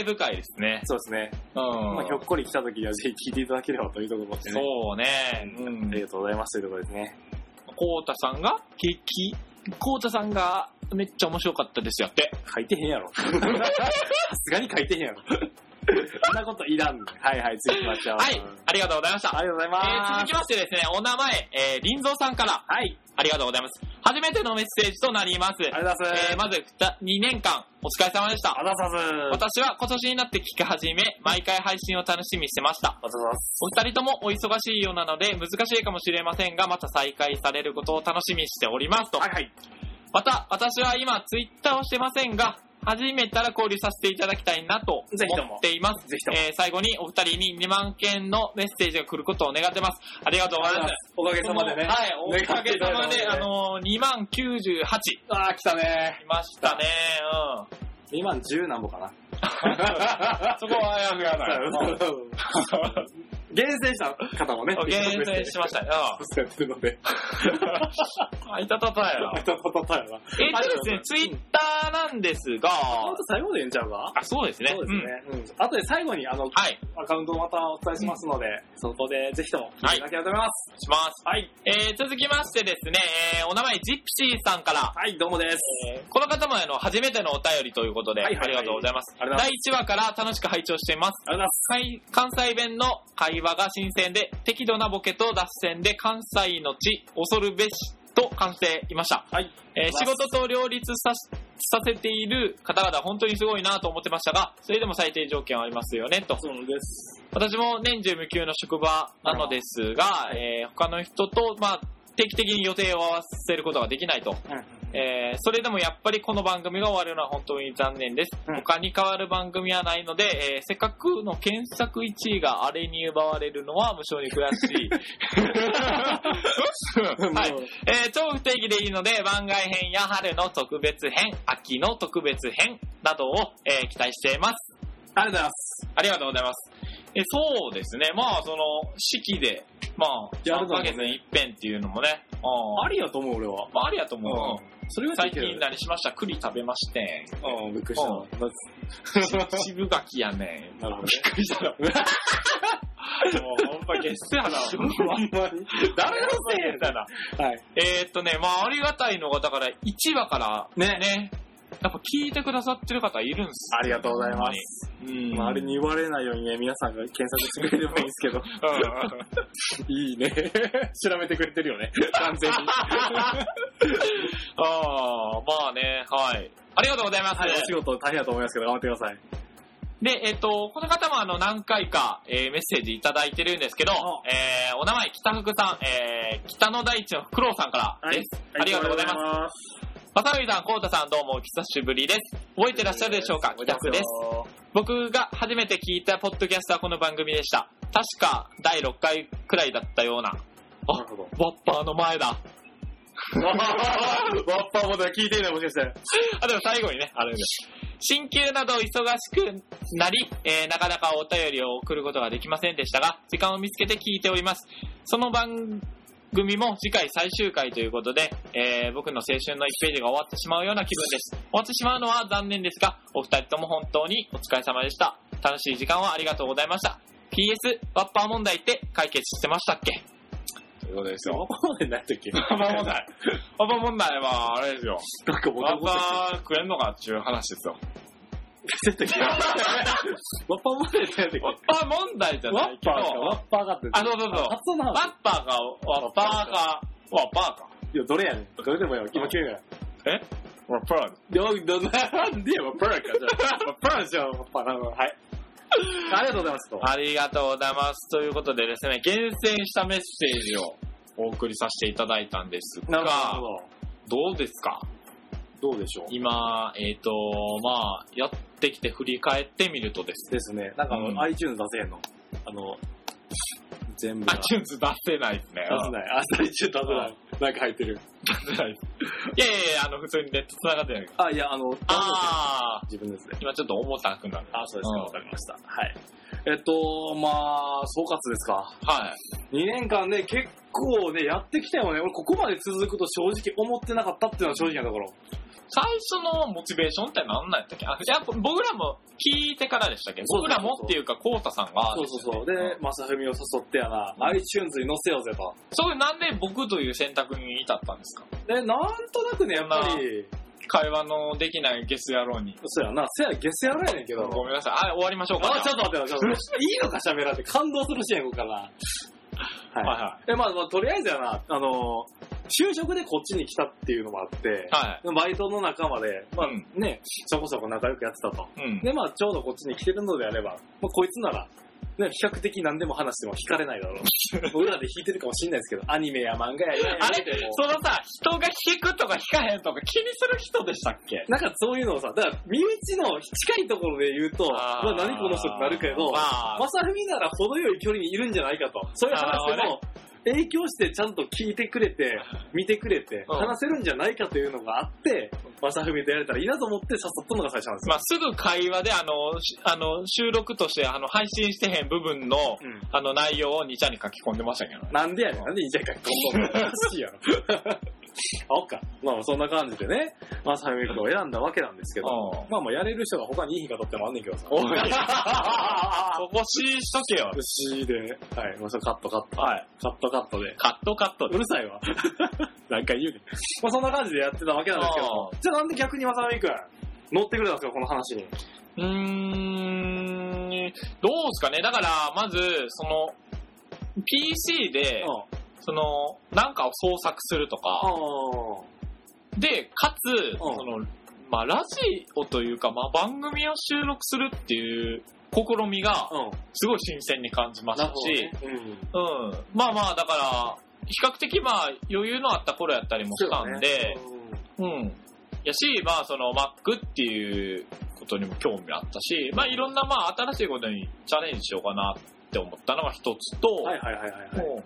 Speaker 2: 慨深いですね。
Speaker 1: そうですね。
Speaker 2: うん。
Speaker 1: まあ、ひょっこり来た時にはぜひ聞いていただければというところでね。
Speaker 2: そうね。う
Speaker 1: あ
Speaker 2: ん
Speaker 1: りがとうございますというところですね。
Speaker 2: コウタさんが、激、コウタさんが、めっちゃ面白かったですよって。
Speaker 1: 書いてへんや <laughs> ろ。さすがに書いてへんやろ。そんなこといらんね。はいはい、次行きましょう。
Speaker 2: はい、ありがとうございました。
Speaker 1: ありがとうござい
Speaker 2: え
Speaker 1: ま
Speaker 2: ー続き
Speaker 1: す。
Speaker 2: ましてですね、お名前、えー、林蔵さんから、
Speaker 1: はい、
Speaker 2: ありがとうございます。初めてのメッセージとなります。
Speaker 1: ありがとうございます。
Speaker 2: えー、まず、2年間、お疲れ様でした。
Speaker 1: あざさず。あざ
Speaker 2: 私は今年になって聞き始め、毎回配信を楽しみにしてました。
Speaker 1: ざす。
Speaker 2: お二人ともお忙しいようなので、難しいかもしれませんが、また再開されることを楽しみにしておりますと
Speaker 1: は。いはい。
Speaker 2: また、私は今、ツイッターをしてませんが、始めたら交流させていただきたいなと
Speaker 1: ぜひとも
Speaker 2: 思っています。
Speaker 1: ぜひとも
Speaker 2: えー最後にお二人に2万件のメッセージが来ることを願ってます。ありがとうございます。
Speaker 1: おかげさまでね。
Speaker 2: はい、おかげさまで、あ
Speaker 1: あの、
Speaker 2: のー、2万98来
Speaker 1: あー、来たね。
Speaker 2: ましたね。
Speaker 1: 2万10何本か <laughs> な。
Speaker 2: うん。そこはあやふやな <laughs>
Speaker 1: <laughs> 厳選した方もね。
Speaker 2: 厳選しま
Speaker 1: <laughs>
Speaker 2: したね。 <laughs>
Speaker 1: そうやってるので。
Speaker 2: うん。あ、いたた
Speaker 1: <laughs>
Speaker 2: たやな。
Speaker 1: たたたやな。
Speaker 2: えっとですね、ツイッターなんですが、
Speaker 1: ほんと最後で言うんちゃうか
Speaker 2: あ、そうですね。
Speaker 1: そうですね。うん。あとで最後に、あの、
Speaker 2: うん。はい、
Speaker 1: アカウントをまたお伝えしますので、そこでぜひとも、
Speaker 2: はい
Speaker 1: いただければと思います。
Speaker 2: します。
Speaker 1: はい。
Speaker 2: えー、続きましてですね、えー、お名前、ジプシーさんから、
Speaker 1: はい、どうもです。
Speaker 2: この方もあの初めてのお便りということで、
Speaker 1: はいはいはい
Speaker 2: ありがとうございます。
Speaker 1: ありがとうござい
Speaker 2: 第1話から楽しく拝聴しています。
Speaker 1: ありがとうございま
Speaker 2: は
Speaker 1: す。
Speaker 2: い関西弁の会話が新鮮で、適度なボケと脱線で関西の地、恐るべしと感じていました。
Speaker 1: はい。
Speaker 2: えー仕事と両立さしさせている方々、本当にすごいなと思ってましたが、それでも最低条件はありますよね、と。
Speaker 1: そうです。
Speaker 2: 私も年中無休の職場なのですが、えー他の人と、まあ、定期的に予定を合わせることができないと。えーそれでもやっぱりこの番組が終わるのは本当に残念です。
Speaker 1: うん
Speaker 2: 他に変わる番組はないので、えーせっかくの検索1位があれに奪われるのは無性に悔し
Speaker 1: <laughs>
Speaker 2: い。はい。えー超不定期でいいので、番外編や春の特別編、秋の特別編などを、えー期待しています。
Speaker 1: ありがとうございます。
Speaker 2: ありがとうございます。えそうですね。まあ、その、四季で、まあ、
Speaker 1: やる
Speaker 2: 3
Speaker 1: のも
Speaker 2: ヶ
Speaker 1: ね
Speaker 2: 月に一遍っていうのもね、あ
Speaker 1: ありやと思う、俺は。
Speaker 2: まあ、ありやと思う。うん
Speaker 1: それが
Speaker 2: 最近何しました栗食べま
Speaker 1: <laughs>
Speaker 2: して
Speaker 1: うん、びっくりした。
Speaker 2: う
Speaker 1: な
Speaker 2: 渋柿やねん。
Speaker 1: るほどね。
Speaker 2: びっくりしたの。もうほんまゲスやな。
Speaker 1: ほんまに。
Speaker 2: <laughs> <laughs> 誰のせいだな。
Speaker 1: はい。
Speaker 2: えーっとね、まあありがたいのが、だから1話からね、やっぱ聞いてくださってる方いるんす。
Speaker 1: ありがとうございます
Speaker 2: うん。
Speaker 1: まあ、あれに言われないようにね、皆さんが検索してくれればいいんですけど、
Speaker 2: うん。
Speaker 1: いいね。 <laughs> 調べてくれてるよね。完
Speaker 2: <laughs>
Speaker 1: 全に。
Speaker 2: ああ、まあね、はい。ありがとうございます。
Speaker 1: はい、お仕事大変だと思いますけど、頑張ってください。
Speaker 2: で、えっ、と、この方もあの、何回か、えーメッセージいただいてるんですけど、
Speaker 1: あ
Speaker 2: えーお名前、北福さん、えー北の大地のフクロウさんからです。ありがとうございます。
Speaker 1: ます。
Speaker 2: まさみさん、こうたさん、どうもお久しぶりです。覚えてらっしゃるでしょうか北福です。僕が初めて聞いたポッドキャストはこの番組でした。確か、第6回くらいだったような。あ
Speaker 1: なるほど。
Speaker 2: ワッパーの前だ。
Speaker 1: ワッパーもだ聞いていないもしかして。
Speaker 2: あ、でも最後にね、あれで。進級など忙しくなり、えーなかなかお便りを送ることができませんでしたが、時間を見つけて聞いております。その番組も次回最終回ということで、えー僕の青春の1ページが終わってしまうような気分です。終わってしまうのは残念ですが、お二人とも本当にお疲れ様でした。楽しい時間をありがとうございました。PS、ワッパー問題って解決してましたっけということですよ。
Speaker 1: こまでない
Speaker 2: <laughs>
Speaker 1: とき。
Speaker 2: ワッパー問題。ワッパー問題は、あれですよ。
Speaker 1: なんかボ
Speaker 2: ワ
Speaker 1: タ
Speaker 2: ッ
Speaker 1: ボタして
Speaker 2: パーくれんのかっていう話ですよ。
Speaker 1: るとき。ワッパ問題だよね
Speaker 2: ワッパー問題じゃ
Speaker 1: ワ
Speaker 2: ない
Speaker 1: ッ
Speaker 2: け
Speaker 1: パ
Speaker 2: ど、
Speaker 1: ーか、ワッパーかって。
Speaker 2: あ、そうそうそう。
Speaker 1: 発音なの
Speaker 2: ワッパーか、ワッパーか、ワッパーか。
Speaker 1: いや、どれやねん。どれでもよ。今決めるから。
Speaker 2: えワッパーか。
Speaker 1: ど、ど、なんでよ、ワッパーか。じゃあワッパーじゃん、ワッパーなの。はい。ありがとうございますと。
Speaker 2: ありがとうございます。ということでですね、厳選したメッセージをお送りさせていただいたんです
Speaker 1: なる
Speaker 2: が、
Speaker 1: ほ
Speaker 2: どうですか
Speaker 1: ど。どうでしょう。
Speaker 2: 今、えっ、と、まあ、やってきて振り返ってみるとですね、
Speaker 1: ですね。なんかあの、
Speaker 2: うん
Speaker 1: iTunes 出せへんの。あの、全部が。出
Speaker 2: iTunes 出せないですね。
Speaker 1: せない。あ、iTunes 出せない。なんか入ってる。
Speaker 2: 出せない <laughs> です。いやいやいや、あの、普通にネット繋がってないけど。
Speaker 1: あ、いや、あの、
Speaker 2: あー、
Speaker 1: 自分ですね。
Speaker 2: 今ちょっと重たくなる。
Speaker 1: あ、そうですか。
Speaker 2: うん
Speaker 1: わかりました。はい。えっと、まあ、総括ですか。
Speaker 2: はい。
Speaker 1: 2年間ね、結構ね、やってきたよね。俺、ここまで続くと正直思ってなかったっていうのは正直なところ。
Speaker 2: 最初のモチベーションって何なんやったっけあやっぱ僕らも聞いてからでしたっけ
Speaker 1: そうそうそう
Speaker 2: 僕らもっていうか、コウタさんが。
Speaker 1: そうそうそう。で、マサフミを誘ってやな、iTunes に載せようぜと。
Speaker 2: それなんで僕という選択に至ったんですか
Speaker 1: で、なんとなくね、やっぱり、
Speaker 2: 会話のできないゲス野郎に。
Speaker 1: そうやな、せや、ゲスやろやねんけど。
Speaker 2: ごめんなさい。あ、終わりましょうか。
Speaker 1: あ、ちょっと待ってよ、ちょっと待ってよいいのか喋らんって感動するシーンやここから。
Speaker 2: はい
Speaker 1: は
Speaker 2: はい
Speaker 1: い。。え、まあ、まあ、とりあえずやな、あの、就職でこっちに来たっていうのもあって、
Speaker 2: は
Speaker 1: バイトの仲間で、まあ
Speaker 2: うん
Speaker 1: ね、そこそこ仲良くやってたと。
Speaker 2: い。うん。
Speaker 1: で、まあ、ちょうどこっちに来てるのであれば、まあ、こいつなら、ね、比較的何でも話しても惹かれないだろ
Speaker 2: <laughs>
Speaker 1: う。裏で弾いてるかもしれないですけど、アニメや漫画や、や
Speaker 2: あ
Speaker 1: や
Speaker 2: れ
Speaker 1: でも
Speaker 2: そのさ、人が引くとか引かへんとか気にする人でしたっけ
Speaker 1: なんかそういうのをさ、だから身内の近いところで言うと、
Speaker 2: あ
Speaker 1: ま
Speaker 2: ー
Speaker 1: あ何この人ってなるけど、
Speaker 2: あー
Speaker 1: まさふみなら程よい距離にいるんじゃないかと。そういう話
Speaker 2: なる
Speaker 1: も影響してちゃんと聞いてくれて、見てくれて、
Speaker 2: うん
Speaker 1: 話せるんじゃないかというのがあって、まさふみとやれたらいいなと思って誘ったのが最初なんです
Speaker 2: ま
Speaker 1: よ。
Speaker 2: あ、すぐ会話で、あの、しあの、収録として、あの、配信してへん部分の、
Speaker 1: うん
Speaker 2: あの、内容を2ちゃんに書き込んでましたけどね。
Speaker 1: なんでやねん、なんでいいじゃんか、
Speaker 2: <laughs>
Speaker 1: こんなの。らしいやろ。あおっか。まあそんな感じでね、まさふみ君を選んだわけなんですけど、
Speaker 2: うん
Speaker 1: まあまあやれる人が他にいい日がとってもあんねんけどさ。
Speaker 2: おいそこししとけよ。
Speaker 1: 牛でね。はい。まあ、それカットカット。
Speaker 2: はい。
Speaker 1: カットカットで。
Speaker 2: カットカット
Speaker 1: うるさいわ。 <laughs> なんか言うね。まあ、そんな感じでやってたわけなんですけど
Speaker 2: あ。
Speaker 1: じゃあなんで逆に渡辺くん、乗ってくれたんですか、この話に。
Speaker 2: うーん、どうですかね。だから、まず、その、PC で、
Speaker 1: う
Speaker 2: その、なんかを創作するとか、
Speaker 1: ん。
Speaker 2: で、かつ、
Speaker 1: うん
Speaker 2: その、まあ、ラジオというか、まあ、番組を収録するっていう試みが、
Speaker 1: うん。
Speaker 2: すごい新鮮に感じましたし、
Speaker 1: うん。
Speaker 2: うん。まあまあ、だから、比較的まあ、余裕のあった頃やったりもしたんで、うん。やし、まあ、その、Mac っていうことにも興味あったし、まあ、いろんな、まあ、新しいことにチャレンジしようかなって思ったのが一つと、
Speaker 1: はいはいはいはいはい。
Speaker 2: も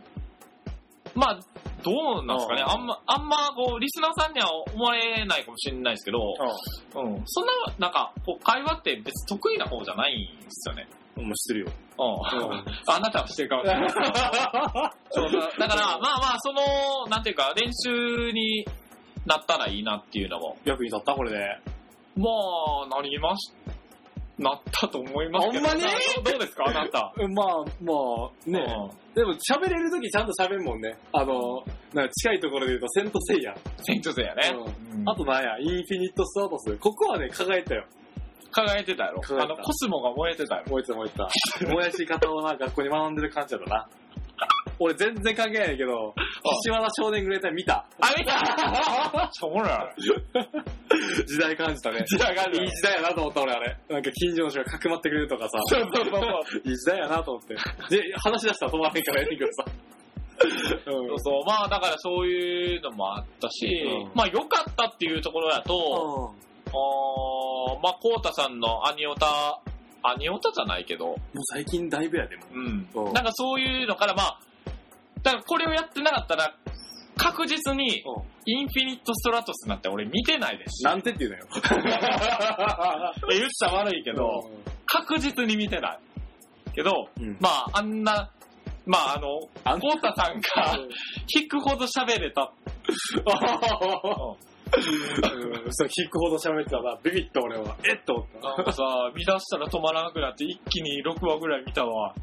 Speaker 2: うまあ、どうなんですかね。
Speaker 1: うん
Speaker 2: あんま、あんま、こう、リスナーさんには思われないかもしれないですけど、うん。そんな、なんか、こう、会話って別に得意な方じゃないんですよね。
Speaker 1: うん。もうしてるよ。 <laughs>
Speaker 2: うん。 <laughs> あなたはしてるかもしれない。そう
Speaker 1: <laughs>
Speaker 2: だだから、まあまあ、その、なんていうか、練習になったらいいなっていうのも、
Speaker 1: 役に立ったこれで。
Speaker 2: まあ、なりまし、なったと思いますけど。
Speaker 1: ほんまに
Speaker 2: どうですかあなた。
Speaker 1: うんまあ、まあ、ねでも喋れるときちゃんと喋るもんね。あの、なんか近いところで言うと、セントセイヤ。
Speaker 2: うん。選挙生やね。うん
Speaker 1: あとなんや、インフィニットスタートス。ここはね、輝いたよ。
Speaker 2: 輝いてたやろ。
Speaker 1: 輝い
Speaker 2: あ
Speaker 1: た
Speaker 2: の、コスモが燃えてたやろ。
Speaker 1: 燃えてた燃えてた。燃やし方をな、学校に学んでる感じだろな。俺全然関係ないけど、岸和田少年グレータイ見た。
Speaker 2: あ、見 <laughs> たしょうもない。
Speaker 1: 時代感じたね。
Speaker 2: 時代感じた
Speaker 1: いい時代やなと思った俺あれ。なんか近所の人がかくまってくれるとかさ、
Speaker 2: そうそうそうそう。
Speaker 1: いい時代やなと思って。で、話し出したら止まらへんからやねんけどさ。うん
Speaker 2: そうそう。まあ、だからそういうのもあったし、
Speaker 1: うん
Speaker 2: まあ、良かったっていうところだと、あーまあ、コウタさんのアニオタ、アニオタじゃないけど、
Speaker 1: もう最近だいぶやでも。
Speaker 2: うん
Speaker 1: うん
Speaker 2: なんかそういうのから、まあ、だからこれをやってなかったら、確実に、インフィニットストラトスなんて俺見てないです。
Speaker 1: なんてって言うのよ。
Speaker 2: いや言っ <laughs> ちゃ悪いけど、確実に見てない。けど、
Speaker 1: うん
Speaker 2: まあ、あんなまあ、あの、コ
Speaker 1: あん
Speaker 2: ータさんが引くほど喋れた。
Speaker 1: うんそう、引くほど喋ってたな。ビビった俺は。えっと思った。
Speaker 2: なんかさ、見出したら止まらなくなって一気に6話ぐらい見たわ。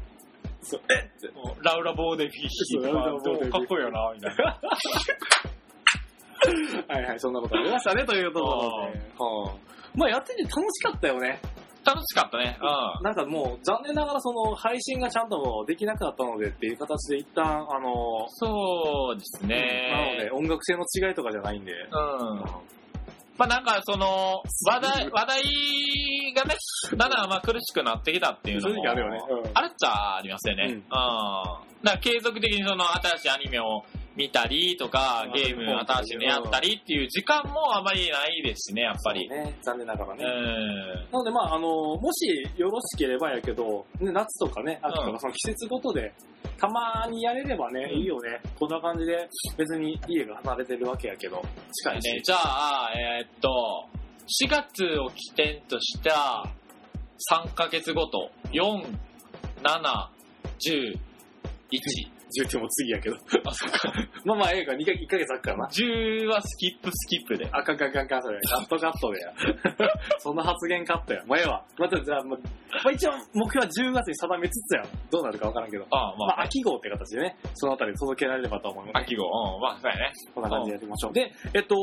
Speaker 1: そう
Speaker 2: えって。ラウラボーデフィヒと
Speaker 1: そう
Speaker 2: か
Speaker 1: ラウラ、ボ
Speaker 2: ど
Speaker 1: ーデフ
Speaker 2: う
Speaker 1: ィヒ
Speaker 2: かっこいいよな、みたいな。
Speaker 1: はいはい、そんなことありましたね、というところで。はあまあやってて楽しかったよね。
Speaker 2: 楽しかったね。うん。
Speaker 1: なんかもう残念ながらその配信がちゃんとできなかったのでっていう形で一旦あの、
Speaker 2: そうです
Speaker 1: なの
Speaker 2: ね
Speaker 1: で。音楽性の違いとかじゃないんで。
Speaker 2: うん。まあなんかその、話題、話題がね、だんだんまあ苦しくなってきたっていうの
Speaker 1: 正
Speaker 2: も。
Speaker 1: 直あるよね。うん
Speaker 2: あるっちゃありますよね。
Speaker 1: うん
Speaker 2: うん。だから継続的にその新しいアニメを見たりとか
Speaker 1: うん、
Speaker 2: ゲーム新しいのやったりっていう時間もあまりないですしね、やっぱり。
Speaker 1: ね、残念ながら
Speaker 2: うん。
Speaker 1: ね。なので、まあ、あの、もしよろしければやけど、ね、夏とかね、秋と
Speaker 2: う
Speaker 1: か、
Speaker 2: ん
Speaker 1: その季節ごとで、たまにやれればね、
Speaker 2: うん
Speaker 1: いいよね。こんな感じで、別に家が離れてるわけやけど、近いし。
Speaker 2: ね、じゃあ、えーっと、4月を起点とした3ヶ月ごと、4、7、10、1。
Speaker 1: 言っても次やけど。まあまあ、映画2か1ヶ月あっからな。
Speaker 2: 10はスキップスキップで。
Speaker 1: あかんかんかんかん、それ。カットカットで <laughs> や。その発言カットや。もうええわ。また、じゃあ、もうまあ、一応、目標は10月に定めつつや。どうなるかわからんけど。
Speaker 2: ああ、ま
Speaker 1: ま
Speaker 2: あ、
Speaker 1: あ、秋号って形でね、そのあたり届けられればと思います。
Speaker 2: 秋号。うん、まあ、そうやね。
Speaker 1: こんな感じでやりましょう。で、えっと、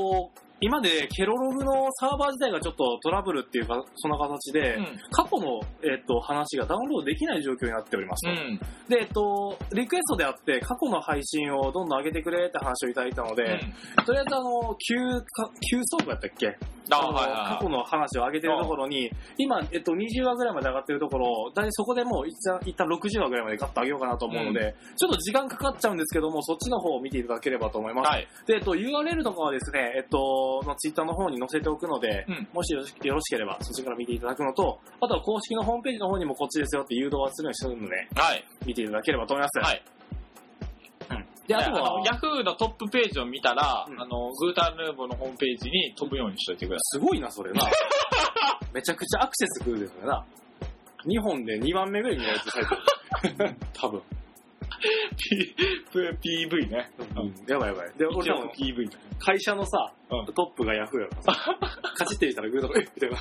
Speaker 1: 今でケロログのサーバー自体がちょっとトラブルっていうか、そんな形で、
Speaker 2: うん。
Speaker 1: 過去の、えっと、話がダウンロードできない状況になっておりますと、
Speaker 2: うん。
Speaker 1: で、えっと、リクエストであって、過去の配信をどんどん上げてくれって話をいただいたので、
Speaker 2: うん
Speaker 1: とりあえずあの、旧か、旧倉庫やったっけ
Speaker 2: あ、
Speaker 1: あの
Speaker 2: はいはい
Speaker 1: 過
Speaker 2: は
Speaker 1: 去の話を上げてるところに、今、えっと、20話ぐらいまで上がってるところ、だいそこでもう一旦、一旦60話ぐらいまでガッと上げようかなと思うので、ちょっと時間かかっちゃうんですけども、そっちの方を見ていただければと思いま
Speaker 2: い。
Speaker 1: す。
Speaker 2: はい。
Speaker 1: で、えっと、URL とかはですね、えっと、のツイッターの方に載せておくので、
Speaker 2: うん
Speaker 1: もしよろしよろしければそっちから見ていただくのと、あとは公式のホームページの方にもこっちですよって誘導はするようにしてるので、
Speaker 2: はい。
Speaker 1: 見ていただければと思います。
Speaker 2: はい。
Speaker 1: で、あ
Speaker 2: あ
Speaker 1: とは、
Speaker 2: ヤフーのトップページを見たら、
Speaker 1: うん
Speaker 2: あの、グータンヌーボーのホームページに飛ぶようにしといてくだ
Speaker 1: すごいな、それな。 <laughs> めちゃくちゃアクセス来るですよな。日本で2番目ぐらいにやられて <laughs> る。多分。
Speaker 2: さい。P- PV ね。
Speaker 1: うん、やばいやばい。で、俺
Speaker 2: 一
Speaker 1: ら
Speaker 2: 応
Speaker 1: も
Speaker 2: PV。
Speaker 1: 会社のさ、
Speaker 2: う
Speaker 1: トップがヤフーや <laughs> からさ、カチって言ったらグーとか、えみたいな。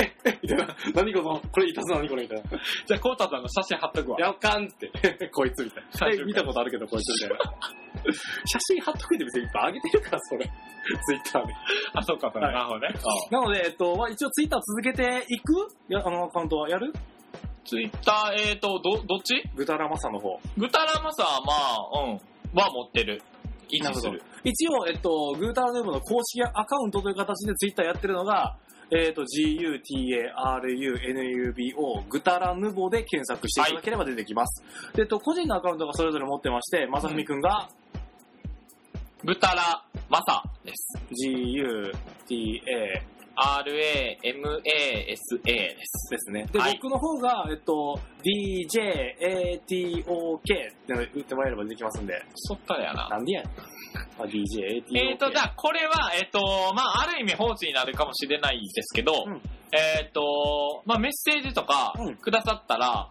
Speaker 1: ええみたいな。何この、これいたず何これみたいな。
Speaker 2: じゃあ、コータさんの写真貼っとくわ。
Speaker 1: <laughs> やかんって、 <laughs> こいつみたい
Speaker 2: 最初か
Speaker 1: な。
Speaker 2: ら
Speaker 1: え見たことあるけど、こいつみたいな。 <laughs> 写真貼っとくって別にいっぱいあげてるから、それ。ツイッターで。
Speaker 2: あ、そうか、そう
Speaker 1: は
Speaker 2: か。
Speaker 1: い
Speaker 2: なるほどね。
Speaker 1: なので、えっと、まあ、一応ツイッター続けていくやあのアカウントはやる
Speaker 2: ツイッター、えーと、ど、どっち
Speaker 1: グタラマサの方。
Speaker 2: グタラマサは、まあ、うん。は持ってる。維持する。
Speaker 1: 一応、えっと、グータラヌーボの公式アカウントという形でツイッターやってるのが、えっと、GUTARUNUBO、グタラヌボで検索していただければ出てきます。で、えっと、個人のアカウントがそれぞれ持ってまして、まさふみくんが
Speaker 2: グタラマサです。
Speaker 1: GUTA
Speaker 2: RAMASA です。
Speaker 1: ですね。で、
Speaker 2: はい
Speaker 1: 僕の方が、えっと、DJATOK ってので打ってもらえれば出てきますんで。
Speaker 2: そっからやな。
Speaker 1: なんでやねん。まあ、DJATOK。
Speaker 2: えーと、じゃあ、これは、えっ、と、まあ、ある意味放置になるかもしれないですけど、
Speaker 1: うん
Speaker 2: えっ、と、まあ、メッセージとか
Speaker 1: うん
Speaker 2: くださったら、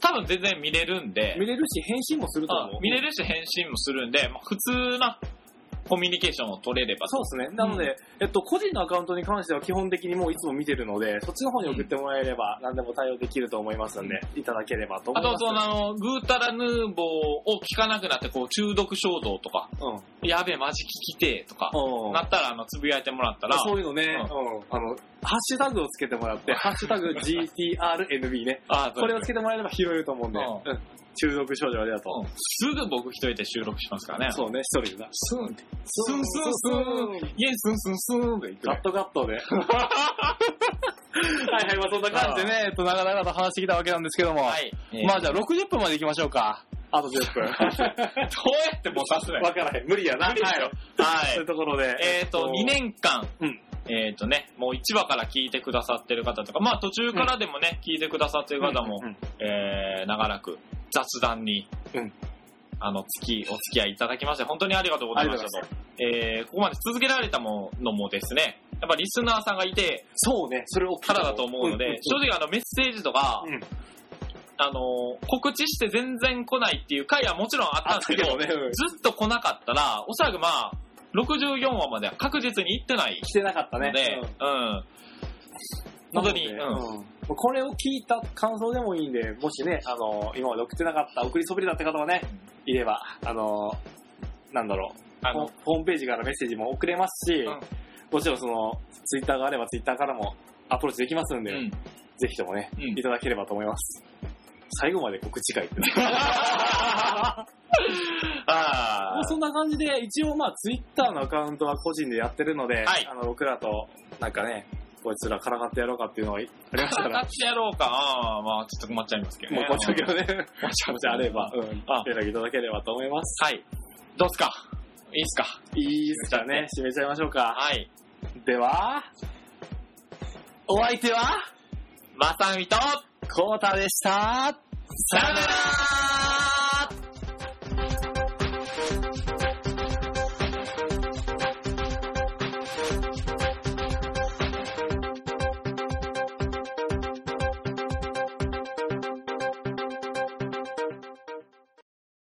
Speaker 2: 多分全然見れるんで、
Speaker 1: 見れるし、返信もすると
Speaker 2: あ
Speaker 1: 思う。
Speaker 2: 見れるし返信もするんで、まあ、普通なコミュニケーションを取れれば
Speaker 1: そうですね。なので、えっと、個人のアカウントに関しては基本的にもういつも見てるので、そっちの方に送ってもらえれば何でも対応できると思いますんで、いただければと思
Speaker 2: あ
Speaker 1: いま
Speaker 2: と、
Speaker 1: す。
Speaker 2: その、あの、ぐうたらヌーボーを聞かなくなって、こう、中毒衝動とか、
Speaker 1: うん。
Speaker 2: やべえ、マジ聞きてえとか、
Speaker 1: うん。
Speaker 2: なったら、あの、つぶやいてもらったら、
Speaker 1: そういうのね、うん
Speaker 2: ん
Speaker 1: あの、ハッシュタグをつけてもらって、ハッシュタグ GTRNB ね。
Speaker 2: あ
Speaker 1: これをつ
Speaker 2: す
Speaker 1: けてもらえれば拾えると思うんで、
Speaker 2: うん
Speaker 1: うん中毒症状ありがと
Speaker 2: すぐ僕一人で収録しますからね
Speaker 1: う。。そうね、一人でな。
Speaker 2: スンって。スンスンスン。イエスンスンスンって言って
Speaker 1: ガットガットで。 <laughs> はいはい、まあそんな感じでね、えっと、長々と話してきたわけなんですけども。
Speaker 2: はい。
Speaker 1: ま
Speaker 2: ま
Speaker 1: あ
Speaker 2: あ、
Speaker 1: じゃあ60分まで行きましょうか。あと10分。 <laughs>
Speaker 2: どうやってもうさすね。
Speaker 1: わからへん。無理やな。
Speaker 2: 無理
Speaker 1: <laughs>
Speaker 2: でしょ
Speaker 1: はい。
Speaker 2: は
Speaker 1: とい
Speaker 2: い。
Speaker 1: うところで。
Speaker 2: えっと、2年間
Speaker 1: うん、
Speaker 2: えっとね、もう1話から聞いてくださってる方とか、まあ途中からでもね、聞いてくださってる方も
Speaker 1: う、ん
Speaker 2: えー長らく雑談に
Speaker 1: うん、
Speaker 2: あの、月、お付き合いいただきまして、本当にありがとうございました
Speaker 1: あ
Speaker 2: と。えーここまで続けられたものもですね、やっぱリスナーさんがいて
Speaker 1: そうね、それを
Speaker 2: からだと思うので、正直あの、メッセージとか、
Speaker 1: うん
Speaker 2: あの、告知して全然来ないっていう回はもちろんあったんですけど、
Speaker 1: ね、うん
Speaker 2: ずっと来なかったら、おそらくまあ、64話までは確実に行ってない
Speaker 1: 来てなかったね
Speaker 2: の。で、
Speaker 1: うん
Speaker 2: うん。本当に、う
Speaker 1: なの
Speaker 2: ん。
Speaker 1: でうんこれを聞いた感想でもいいんで、もしね、あの、今まで送ってなかった、送りそびれだった方はね、いれば、あの、なんだろう、
Speaker 2: あ
Speaker 1: ホ
Speaker 2: の、
Speaker 1: ホームページからメッセージも送れますし、
Speaker 2: うん
Speaker 1: もちろんその、ツイッターがあればツイッターからもアプローチできますん
Speaker 2: う
Speaker 1: で、
Speaker 2: ん。
Speaker 1: ぜひともね、
Speaker 2: うん
Speaker 1: いただければと思います。最後まで告知会って。も
Speaker 2: あ
Speaker 1: うそんな感じで、一応まあツイッターのアカウントは個人でやってるので、
Speaker 2: はい
Speaker 1: あの僕らとなんかね、こいつらからかってやろうかっていうのはありました
Speaker 2: あ。
Speaker 1: から
Speaker 2: 立、ちやろうか。ああ、まあ、ちょっと困っちゃいますけど
Speaker 1: <laughs> も
Speaker 2: ね。
Speaker 1: うこっちだけどね、
Speaker 2: もし
Speaker 1: もしあれば、 <laughs> うん、
Speaker 2: あ
Speaker 1: 連絡いただければと思います。
Speaker 2: はい。どうっすかいいっすか
Speaker 1: いいですかね、締めちゃいましょうか。
Speaker 2: はい。
Speaker 1: では、お相手は、
Speaker 2: まさみと、
Speaker 1: コータでした。
Speaker 2: さよなら